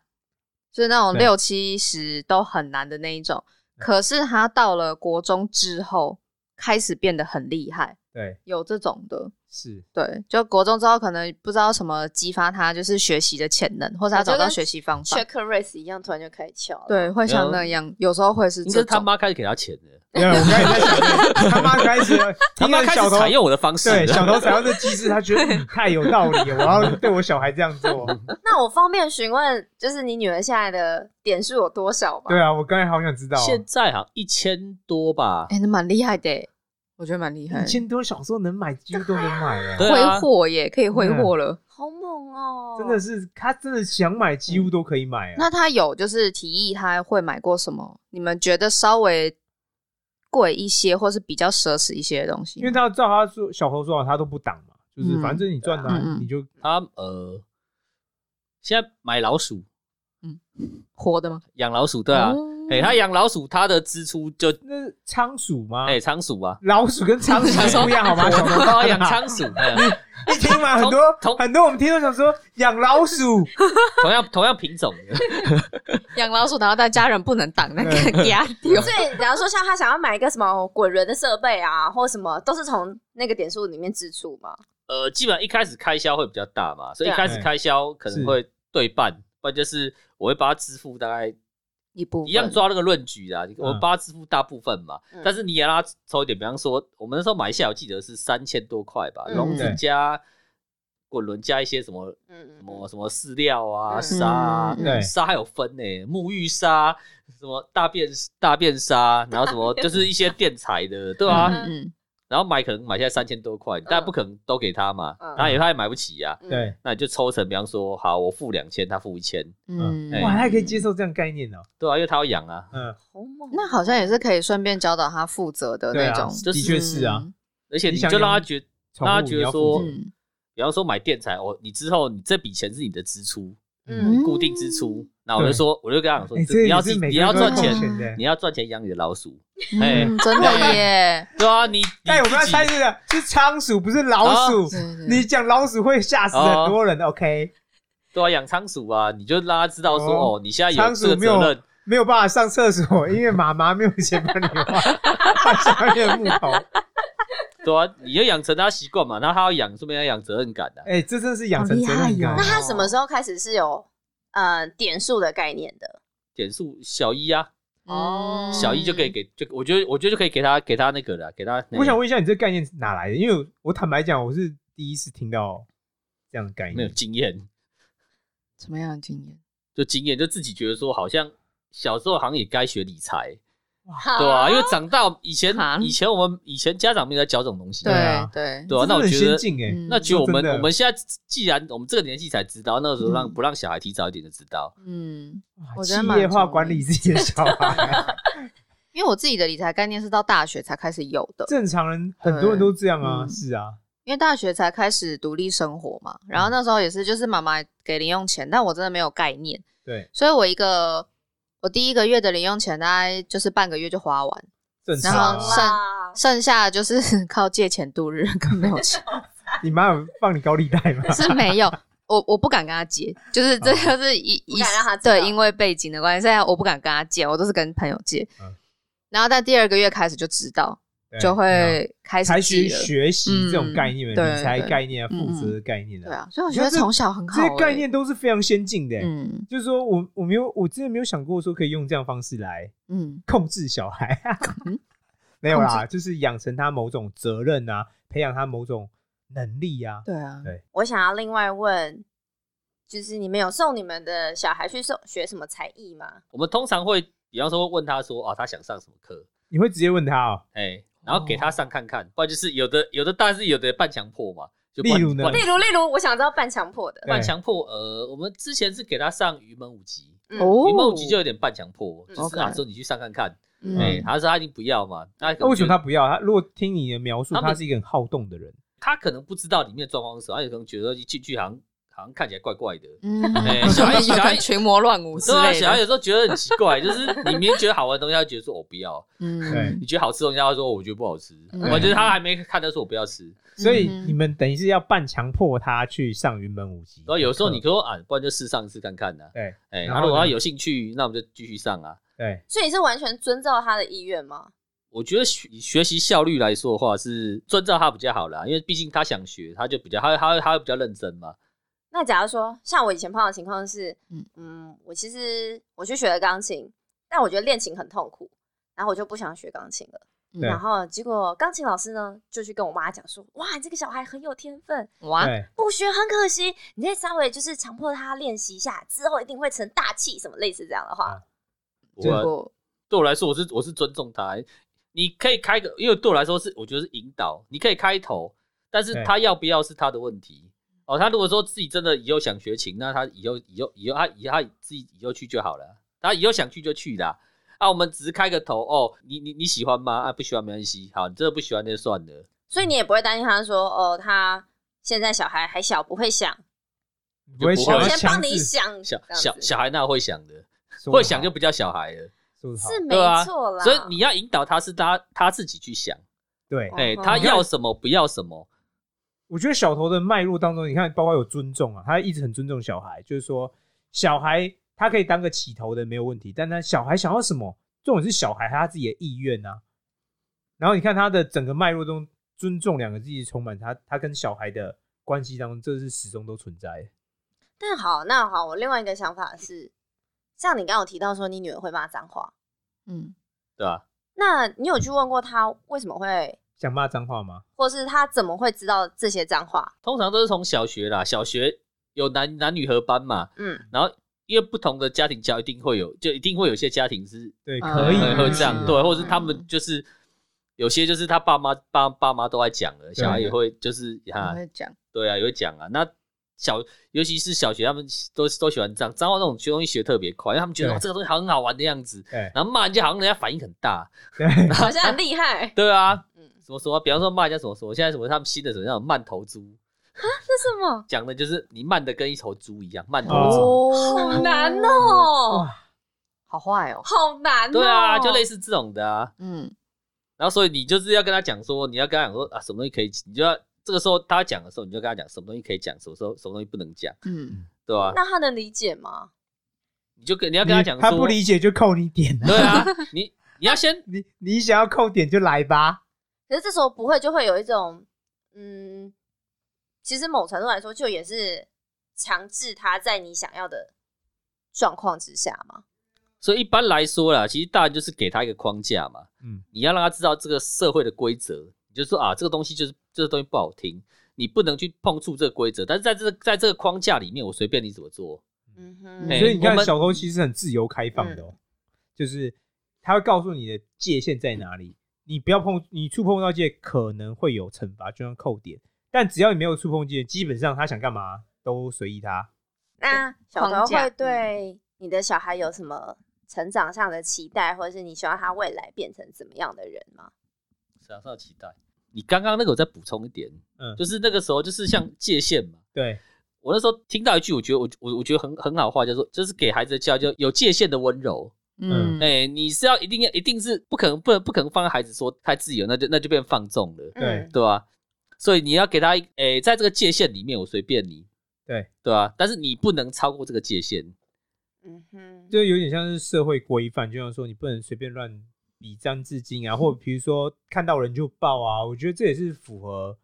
[SPEAKER 6] 就是那种
[SPEAKER 3] 对
[SPEAKER 6] 六七十都很难的那一种。可是他到了国中之后，开始变得很厉害，
[SPEAKER 3] 对，
[SPEAKER 6] 有这种的，
[SPEAKER 3] 是
[SPEAKER 2] 对，就国中之后可能不知道什么激发他就是学习的潜能，或者他找到学习方法。
[SPEAKER 1] check race 一样，突然就开窍了。
[SPEAKER 2] 对，会像那样，有时候会是
[SPEAKER 4] 应
[SPEAKER 2] 这
[SPEAKER 4] 该嗯他
[SPEAKER 2] 种。
[SPEAKER 4] 妈开始给他钱的，
[SPEAKER 3] 没有，我刚才在想，他妈开始，
[SPEAKER 4] 他
[SPEAKER 3] 因
[SPEAKER 4] 妈
[SPEAKER 3] 为
[SPEAKER 4] 开
[SPEAKER 3] 小
[SPEAKER 4] 始
[SPEAKER 3] 头
[SPEAKER 4] 采用我的方式了，
[SPEAKER 3] 对小头采用这机制，他觉得嗯太有道理了，我要对我小孩这样做。
[SPEAKER 1] 那我方便询问，就是你女儿现在的点数有多少吗？
[SPEAKER 3] 对啊，我刚才好想知道，
[SPEAKER 4] 现在好像一千多吧，
[SPEAKER 2] 哎、那蛮厉害的
[SPEAKER 6] 欸
[SPEAKER 2] 耶，我觉得蛮厉害
[SPEAKER 6] 嗯
[SPEAKER 3] 一
[SPEAKER 2] 的，
[SPEAKER 3] 千多小时候能买几乎都能买了，
[SPEAKER 4] 对
[SPEAKER 2] 挥
[SPEAKER 4] 啊，
[SPEAKER 2] 霍耶，可以挥霍了。
[SPEAKER 1] 好猛哦、
[SPEAKER 3] 真的是他真的想买几乎都可以买啊。
[SPEAKER 2] 那他有就是提议他会买过什么？你们觉得稍微贵一些，或是比较奢侈一些的东西
[SPEAKER 3] 因？为他照他说小头说啊法他都不挡嘛，就是
[SPEAKER 2] 嗯
[SPEAKER 3] 反正你赚的啊
[SPEAKER 2] 嗯嗯
[SPEAKER 3] 你就
[SPEAKER 4] 他呃，现在买老鼠
[SPEAKER 2] 活的吗？哦
[SPEAKER 4] 养老鼠，对啊，
[SPEAKER 1] 哦
[SPEAKER 4] 哎，他养老鼠他的支出就
[SPEAKER 3] 那是仓鼠吗？
[SPEAKER 4] 哎仓鼠啊，
[SPEAKER 3] 老鼠跟仓鼠不一样 好吗？小头
[SPEAKER 4] 他
[SPEAKER 3] 说
[SPEAKER 4] 养仓鼠，哎
[SPEAKER 3] 一听嘛，很
[SPEAKER 4] 同
[SPEAKER 3] 多很多我们听众想说养老鼠，
[SPEAKER 4] 同样同样品种的，
[SPEAKER 2] 养老鼠，然后但家人不能挡那
[SPEAKER 4] 嗯
[SPEAKER 2] 个压 丢。
[SPEAKER 1] 所以，假如说像他想要买一个什么滚轮的设备啊，或什么，都是从那个点数里面支出嘛。
[SPEAKER 4] 呃，基本上一开始开销会比较大嘛，所以一
[SPEAKER 1] 对啊
[SPEAKER 4] 开始开销可能
[SPEAKER 3] 是
[SPEAKER 4] 会对半，不然就是我会帮他支付大概
[SPEAKER 2] 一部分
[SPEAKER 4] 一样抓那个论据啦，我们帮他支付大部分嘛，
[SPEAKER 1] 嗯
[SPEAKER 4] 但是你也让他抽一点，比方说我们那时候买下来，我记得是三千多块吧，
[SPEAKER 1] 嗯
[SPEAKER 4] 笼子
[SPEAKER 3] 对
[SPEAKER 4] 加滚轮加一些什么
[SPEAKER 1] 嗯
[SPEAKER 4] 什
[SPEAKER 1] 嗯
[SPEAKER 4] 么什么饲料啊、
[SPEAKER 1] 嗯
[SPEAKER 4] 沙啊
[SPEAKER 2] 嗯
[SPEAKER 3] 对
[SPEAKER 4] 沙还有分呢、沐浴沙、什么大便大便沙，然后什么就是一些电材的，对啊，
[SPEAKER 1] 嗯
[SPEAKER 2] 嗯，
[SPEAKER 4] 然后买可能买下来三千多块，但不可能都给他嘛，
[SPEAKER 1] 嗯
[SPEAKER 4] 那也他也买不起呀、
[SPEAKER 1] 嗯，
[SPEAKER 3] 对，
[SPEAKER 4] 那你就抽成，比方说，好，我付两千，他付一千，
[SPEAKER 2] 嗯
[SPEAKER 4] 哎
[SPEAKER 3] 哇，他还可以接受这样概念哦，
[SPEAKER 4] 对啊，因为他要养啊，
[SPEAKER 3] 嗯，
[SPEAKER 1] 好猛哦、
[SPEAKER 2] 那好像也是可以顺便教导他负责的
[SPEAKER 3] 对
[SPEAKER 2] 那
[SPEAKER 3] 啊
[SPEAKER 2] 种，
[SPEAKER 4] 就是
[SPEAKER 3] 的确是啊，
[SPEAKER 4] 而且
[SPEAKER 3] 你
[SPEAKER 4] 你
[SPEAKER 3] 想
[SPEAKER 4] 就让
[SPEAKER 3] 养
[SPEAKER 4] 他觉
[SPEAKER 3] 宠
[SPEAKER 4] 让他
[SPEAKER 3] 物
[SPEAKER 4] 觉
[SPEAKER 3] 你
[SPEAKER 4] 得
[SPEAKER 3] 要
[SPEAKER 4] 说
[SPEAKER 3] 负
[SPEAKER 2] 嗯，
[SPEAKER 3] 责
[SPEAKER 2] 嗯
[SPEAKER 4] 比方说买电材，哦，你之后你这笔钱是你的支出，
[SPEAKER 1] 嗯
[SPEAKER 4] 固定支出。那我就
[SPEAKER 3] 对
[SPEAKER 4] 说，我就跟他讲说，
[SPEAKER 3] 哎，
[SPEAKER 4] 这你要
[SPEAKER 3] 是
[SPEAKER 4] 自
[SPEAKER 3] 每
[SPEAKER 4] 你
[SPEAKER 3] 个人
[SPEAKER 4] 要
[SPEAKER 3] 都要
[SPEAKER 4] 赚
[SPEAKER 3] 贡
[SPEAKER 4] 钱
[SPEAKER 3] 献，的
[SPEAKER 4] 你。要赚钱养你的老鼠，哎
[SPEAKER 2] 嗯，真的耶，
[SPEAKER 4] 对啊，你
[SPEAKER 3] 哎，我们要猜
[SPEAKER 4] 你自己哦
[SPEAKER 3] 这个是仓鼠，不是老鼠。你讲老鼠会吓死很多人，OK？
[SPEAKER 4] 对啊，养仓鼠啊，你就让他知道说，
[SPEAKER 3] 哦
[SPEAKER 4] 哦，你现在有
[SPEAKER 3] 仓鼠
[SPEAKER 4] 这个
[SPEAKER 3] 没有
[SPEAKER 4] 责任，
[SPEAKER 3] 没有办法上厕所，因为妈妈没有钱帮你换换下面的木头。
[SPEAKER 4] 对啊，你要养成他习惯嘛，那他要养，顺便要养责任感的，啊
[SPEAKER 3] 哎，这真的是养成责任感
[SPEAKER 1] 那。
[SPEAKER 2] 哦
[SPEAKER 1] 他什么时候开始是有呃点数的概念的？
[SPEAKER 4] 点数小一啊，
[SPEAKER 1] 哦
[SPEAKER 4] 小一就
[SPEAKER 2] 嗯
[SPEAKER 4] 可以给，就我觉得我觉得就可以给他给他那个了，给他那个。
[SPEAKER 3] 我想问一下，你这概念是哪来的？因为我坦白讲，我是第一次听到这样的概
[SPEAKER 4] 没有
[SPEAKER 3] 念。
[SPEAKER 4] 经验，
[SPEAKER 2] 什么样的经验？
[SPEAKER 4] 就经验就自己觉得说，好像小时候好像也该学理财，对
[SPEAKER 1] 对
[SPEAKER 4] 啊，因为长大以前
[SPEAKER 2] 啊
[SPEAKER 4] 以前我们以前家长没有在教这种东西，
[SPEAKER 3] 对啊
[SPEAKER 2] 对，
[SPEAKER 4] 对啊，那我
[SPEAKER 3] 这
[SPEAKER 4] 觉
[SPEAKER 3] 真的
[SPEAKER 4] 得
[SPEAKER 3] 很先进哎，
[SPEAKER 2] 嗯
[SPEAKER 4] 那就我
[SPEAKER 3] 说
[SPEAKER 4] 们
[SPEAKER 3] 真的
[SPEAKER 4] 我们现在既然我们这个年纪才知道，那个时候让
[SPEAKER 2] 嗯
[SPEAKER 4] 不让小孩提早一点就知道，
[SPEAKER 2] 嗯，
[SPEAKER 3] 哇
[SPEAKER 2] 我觉得
[SPEAKER 3] 企
[SPEAKER 2] 蛮
[SPEAKER 3] 业化
[SPEAKER 2] 聪
[SPEAKER 3] 管理
[SPEAKER 2] 明
[SPEAKER 3] 自己的小孩，
[SPEAKER 2] 因为我自己的理财概念是到大学才开始有的，
[SPEAKER 3] 正常人很多人都这样啊，
[SPEAKER 2] 嗯
[SPEAKER 3] 是啊，
[SPEAKER 2] 因为大学才开始独立生活嘛，然后那时候也是就是妈妈给零用钱，但我真的没有概念，
[SPEAKER 3] 对，
[SPEAKER 2] 所以我一个我第一个月的零用钱大概就是半个月就花完，
[SPEAKER 3] 正常
[SPEAKER 2] 然后
[SPEAKER 3] 啊。
[SPEAKER 2] 上剩下就是 靠借钱度日，更没有钱
[SPEAKER 3] 你妈有放你高利贷吗？
[SPEAKER 2] 是没有。我我不敢跟他借，就是这
[SPEAKER 3] 哦
[SPEAKER 2] 就是一
[SPEAKER 1] 不
[SPEAKER 2] 一
[SPEAKER 1] 敢让他知道
[SPEAKER 2] 对，因为背景的关系，现在我不敢跟他借，我都是跟朋友借
[SPEAKER 3] 嗯。
[SPEAKER 2] 然后但第二个月开始就知道，
[SPEAKER 3] 对
[SPEAKER 2] 就会开
[SPEAKER 3] 才
[SPEAKER 2] 始
[SPEAKER 3] 学
[SPEAKER 2] 记了，
[SPEAKER 3] 学习这种
[SPEAKER 2] 嗯
[SPEAKER 3] 概念
[SPEAKER 2] 对
[SPEAKER 3] 的理财
[SPEAKER 2] 对
[SPEAKER 3] 概念啊，
[SPEAKER 2] 嗯
[SPEAKER 3] 负责
[SPEAKER 2] 嗯
[SPEAKER 3] 的概念
[SPEAKER 2] 对啊，所以我觉得
[SPEAKER 3] 这
[SPEAKER 2] 从小很好
[SPEAKER 3] 这
[SPEAKER 2] 欸
[SPEAKER 3] 些概，念都是非常先进的欸。
[SPEAKER 2] 嗯
[SPEAKER 3] 就是说我我没有我真的没有想过说可以用这样方式来
[SPEAKER 2] 嗯
[SPEAKER 3] 控制小孩
[SPEAKER 2] 嗯，
[SPEAKER 3] 没有啦，就是养成他某种责任啊，培养他某种能力啊。
[SPEAKER 2] 对啊
[SPEAKER 3] 对，
[SPEAKER 1] 我想要另外问，就是你们有送你们的小孩去送学什么才艺吗？
[SPEAKER 4] 我们通常会比方说问他说啊，他想上什么课，
[SPEAKER 3] 你会直接问他
[SPEAKER 2] 嗯
[SPEAKER 3] 哦，
[SPEAKER 4] 哎，然后给他上看看，不然就是有的有的但是有的半强迫嘛，就不然
[SPEAKER 3] 例如呢
[SPEAKER 4] 不然
[SPEAKER 1] 例如，例如，我想知道半强迫的
[SPEAKER 3] 对
[SPEAKER 4] 半强迫，呃，我们之前是给他上云门舞集，
[SPEAKER 1] 嗯
[SPEAKER 2] 哦
[SPEAKER 4] 云门舞集就有点半强迫，
[SPEAKER 1] 嗯
[SPEAKER 4] 就是
[SPEAKER 2] OK
[SPEAKER 4] 啊，说你去上看看，
[SPEAKER 2] 嗯
[SPEAKER 4] 哎，他说他一定不要嘛，那可
[SPEAKER 3] 那
[SPEAKER 4] 能
[SPEAKER 3] 啊为什么
[SPEAKER 4] 觉得
[SPEAKER 3] 他不要？他如果听你的描述，
[SPEAKER 4] 他们
[SPEAKER 3] 他是一个很好动的人，
[SPEAKER 4] 他可能不知道里面的状况是什么，他有可能觉得一进去好像好像看起来怪怪的，
[SPEAKER 2] 嗯，
[SPEAKER 4] 哎，小孩
[SPEAKER 2] 有
[SPEAKER 4] 小
[SPEAKER 2] 可能
[SPEAKER 4] 孩
[SPEAKER 2] 群魔乱嗯舞之
[SPEAKER 4] 对啊，
[SPEAKER 2] 类
[SPEAKER 4] 小孩
[SPEAKER 2] 的，
[SPEAKER 4] 有时候觉得很奇怪，就是你明明觉得好玩的东西，他就觉得说我不要；
[SPEAKER 3] 对
[SPEAKER 2] 嗯，
[SPEAKER 4] 你觉得好吃的东西，他说我觉得不好吃。
[SPEAKER 2] 嗯
[SPEAKER 4] 我觉得他还没看到说我不要吃。
[SPEAKER 3] 所以
[SPEAKER 2] 嗯哼
[SPEAKER 3] 你们等于是要半强迫他去上云门舞集。
[SPEAKER 4] 然后有时候你说啊，不然就试上一次看看呐。
[SPEAKER 3] 嗯对
[SPEAKER 4] 哎，
[SPEAKER 3] 然
[SPEAKER 4] 然
[SPEAKER 3] 后呢
[SPEAKER 4] 后如果他有兴趣，那我们就继续上啊。
[SPEAKER 3] 对
[SPEAKER 1] 所以你是完全遵照他的意愿吗？
[SPEAKER 4] 我觉得学以学习效率来说的话，是遵照他比较好啦，因为毕竟他想学，他就比较他他他会比较认真嘛。
[SPEAKER 1] 那假如说像我以前碰到的情况是
[SPEAKER 6] 嗯，
[SPEAKER 1] 嗯，我其实我去学了钢琴，但我觉得练琴很痛苦，然后我就不想学钢琴了。
[SPEAKER 3] 对
[SPEAKER 1] 然后结果钢琴老师呢，就去跟我妈讲说：“哇，你这个小孩很有天分，
[SPEAKER 6] 哇，
[SPEAKER 3] 对，
[SPEAKER 1] 不学很可惜，你再稍微就是强迫他练习一下，之后一定会成大器。”什么类似这样的
[SPEAKER 4] 嗯
[SPEAKER 1] 话，
[SPEAKER 3] 对
[SPEAKER 4] 我
[SPEAKER 6] 我
[SPEAKER 4] 对我来说，我是我是尊重他。你可以开个，因为对我来说是我觉得是引导，你可以开头，但是
[SPEAKER 3] 对
[SPEAKER 4] 他要不要是他的问题。哦，他如果说自己真的以后想学琴，那他以后以后以后他以后他自己以后去就好了，他以后想去就去啦。啊，我们只是开个头哦，你你你喜欢吗？啊，不喜欢没关系，好，你真的不喜欢那就算了。
[SPEAKER 1] 所以你也不会担心他说：“哦，他现在小孩还小，不会想，
[SPEAKER 3] 不会
[SPEAKER 4] 就不
[SPEAKER 3] 想
[SPEAKER 4] 会
[SPEAKER 1] 我
[SPEAKER 3] 要
[SPEAKER 4] 啊
[SPEAKER 1] 先帮
[SPEAKER 3] 强
[SPEAKER 1] 你
[SPEAKER 3] 制
[SPEAKER 1] 想。”
[SPEAKER 4] 小
[SPEAKER 1] 这样
[SPEAKER 4] 小
[SPEAKER 1] 子
[SPEAKER 4] 小孩那会想的，
[SPEAKER 3] 说得
[SPEAKER 4] 会想
[SPEAKER 3] 好
[SPEAKER 4] 就比较小孩了，
[SPEAKER 3] 说得好
[SPEAKER 1] 是没
[SPEAKER 4] 对啊
[SPEAKER 1] 错啦。
[SPEAKER 4] 所以你要引导他是他他自己去想，
[SPEAKER 3] 对。
[SPEAKER 4] 哎、
[SPEAKER 1] 哦
[SPEAKER 4] 他要什么不要什么，
[SPEAKER 3] 我觉得小头的脉络当中，你看，包括有尊重啊，他一直很尊重小孩，就是说小孩他可以当个起头的没有问题，但他小孩想要什么，重点是小孩他自己的意愿啊。然后你看他的整个脉络中，尊重两个字一直充满他他跟小孩的关系当中，这是始终都存在的。
[SPEAKER 1] 但好，那好，我另外一个想法是，像你刚刚有提到说你女儿会骂脏话，
[SPEAKER 6] 嗯，
[SPEAKER 4] 对吧、
[SPEAKER 1] 那你有去问过她为什么会，
[SPEAKER 3] 想骂脏话吗？
[SPEAKER 1] 或是她怎么会知道这些脏话？
[SPEAKER 4] 通常都是从小学啦，小学有男男女合班嘛，
[SPEAKER 1] 嗯，
[SPEAKER 4] 然后因为不同的家庭教一定会有，就一定会有些家庭是
[SPEAKER 3] 对，
[SPEAKER 6] 嗯
[SPEAKER 3] 可以
[SPEAKER 4] 会会
[SPEAKER 3] 允许
[SPEAKER 4] 这样，
[SPEAKER 3] 的
[SPEAKER 4] 对，或者是他们就是有些就是他爸妈爸爸妈都爱讲了，小孩也会就是
[SPEAKER 6] 我
[SPEAKER 4] 啊，
[SPEAKER 6] 会讲，
[SPEAKER 4] 对啊，也会讲啊，那。小，尤其是小学，他们都都喜欢这样，脏话那种学东西学特别快，因为他们觉得哦
[SPEAKER 3] 对
[SPEAKER 4] 哇这个东西好很好玩的样子，
[SPEAKER 3] 对
[SPEAKER 4] 然后骂人家好像人家反应很大，。
[SPEAKER 3] 对，
[SPEAKER 1] 好像很厉害
[SPEAKER 4] 对啊，
[SPEAKER 1] 嗯，
[SPEAKER 4] 什么什么，比方说骂人家什么什么，现在什么他们新的什么那种慢头猪，
[SPEAKER 1] 这 是什么？
[SPEAKER 4] 讲的就是你慢的跟一头猪一样，慢头猪。
[SPEAKER 6] 哦
[SPEAKER 1] 好难，哦、
[SPEAKER 6] 好坏哦，
[SPEAKER 1] 好难哦、
[SPEAKER 4] 对啊，就类似这种的啊。
[SPEAKER 6] 嗯，
[SPEAKER 4] 然后所以你就是要跟他讲说，你要跟他讲说啊，什么东西可以，你就要这个时候他讲的时候，你就跟他讲什么东西可以讲，什么时候什么东西不能讲，
[SPEAKER 6] 嗯，
[SPEAKER 4] 对吧、
[SPEAKER 1] 那她能理解吗？
[SPEAKER 4] 你就跟你要跟他讲
[SPEAKER 3] 你
[SPEAKER 4] 说，
[SPEAKER 3] 他不理解就扣你点啊
[SPEAKER 4] 对啊，你你要先
[SPEAKER 3] 你你想要扣点就来吧，
[SPEAKER 1] 可是这时候不会，就会有一种，嗯，其实某程度来说，就也是强制她在你想要的状况之下嘛。
[SPEAKER 4] 所以一般来说啦，其实大人就是给他一个框架嘛，
[SPEAKER 3] 嗯，
[SPEAKER 4] 你要让他知道这个社会的规则，你就说啊，这个东西就是这个东西不好听，你不能去碰触这个规则，但是在这个在这个框架里面，我随便你怎么做。
[SPEAKER 1] 嗯
[SPEAKER 6] 嗯
[SPEAKER 1] 哼，
[SPEAKER 4] 哎
[SPEAKER 3] 所以你
[SPEAKER 4] 我
[SPEAKER 3] 看，
[SPEAKER 4] 们嗯
[SPEAKER 3] 小偷其实很自由开放的哦，就是他会告诉你的界限在哪里，你不要碰，你触碰到界可能会有惩罚，就像扣点。但只要你没有触碰界，基本上他想干嘛都随意他。
[SPEAKER 1] 那小
[SPEAKER 6] 框
[SPEAKER 1] 头
[SPEAKER 6] 架
[SPEAKER 1] 会对你的小孩有什么成长上的期待，或者是你希望他未来变成怎么样的人吗？
[SPEAKER 4] 想上期待。你刚刚那个我再补充一点，
[SPEAKER 3] 嗯
[SPEAKER 4] 就是那个时候就是像界限嘛。
[SPEAKER 3] 对，
[SPEAKER 4] 我那时候听到一句，我觉得我我我觉得很很好的话，叫做就是给孩子的教育叫有界限的温柔。
[SPEAKER 3] 嗯
[SPEAKER 6] 嗯，
[SPEAKER 4] 哎、你是要一定要一定是不可能不能不可能放孩子说太自由，那就那就变放纵了，
[SPEAKER 3] 对
[SPEAKER 1] 嗯
[SPEAKER 4] 对吧、所以你要给他哎、在这个界限里面，我随便你，
[SPEAKER 3] 对
[SPEAKER 4] 对吧、但是你不能超过这个界限。
[SPEAKER 1] 嗯哼，
[SPEAKER 3] 就有点像是社会规范，就像说你不能随便乱比战至今啊，或比如说看到人就抱啊，我觉得这也是符合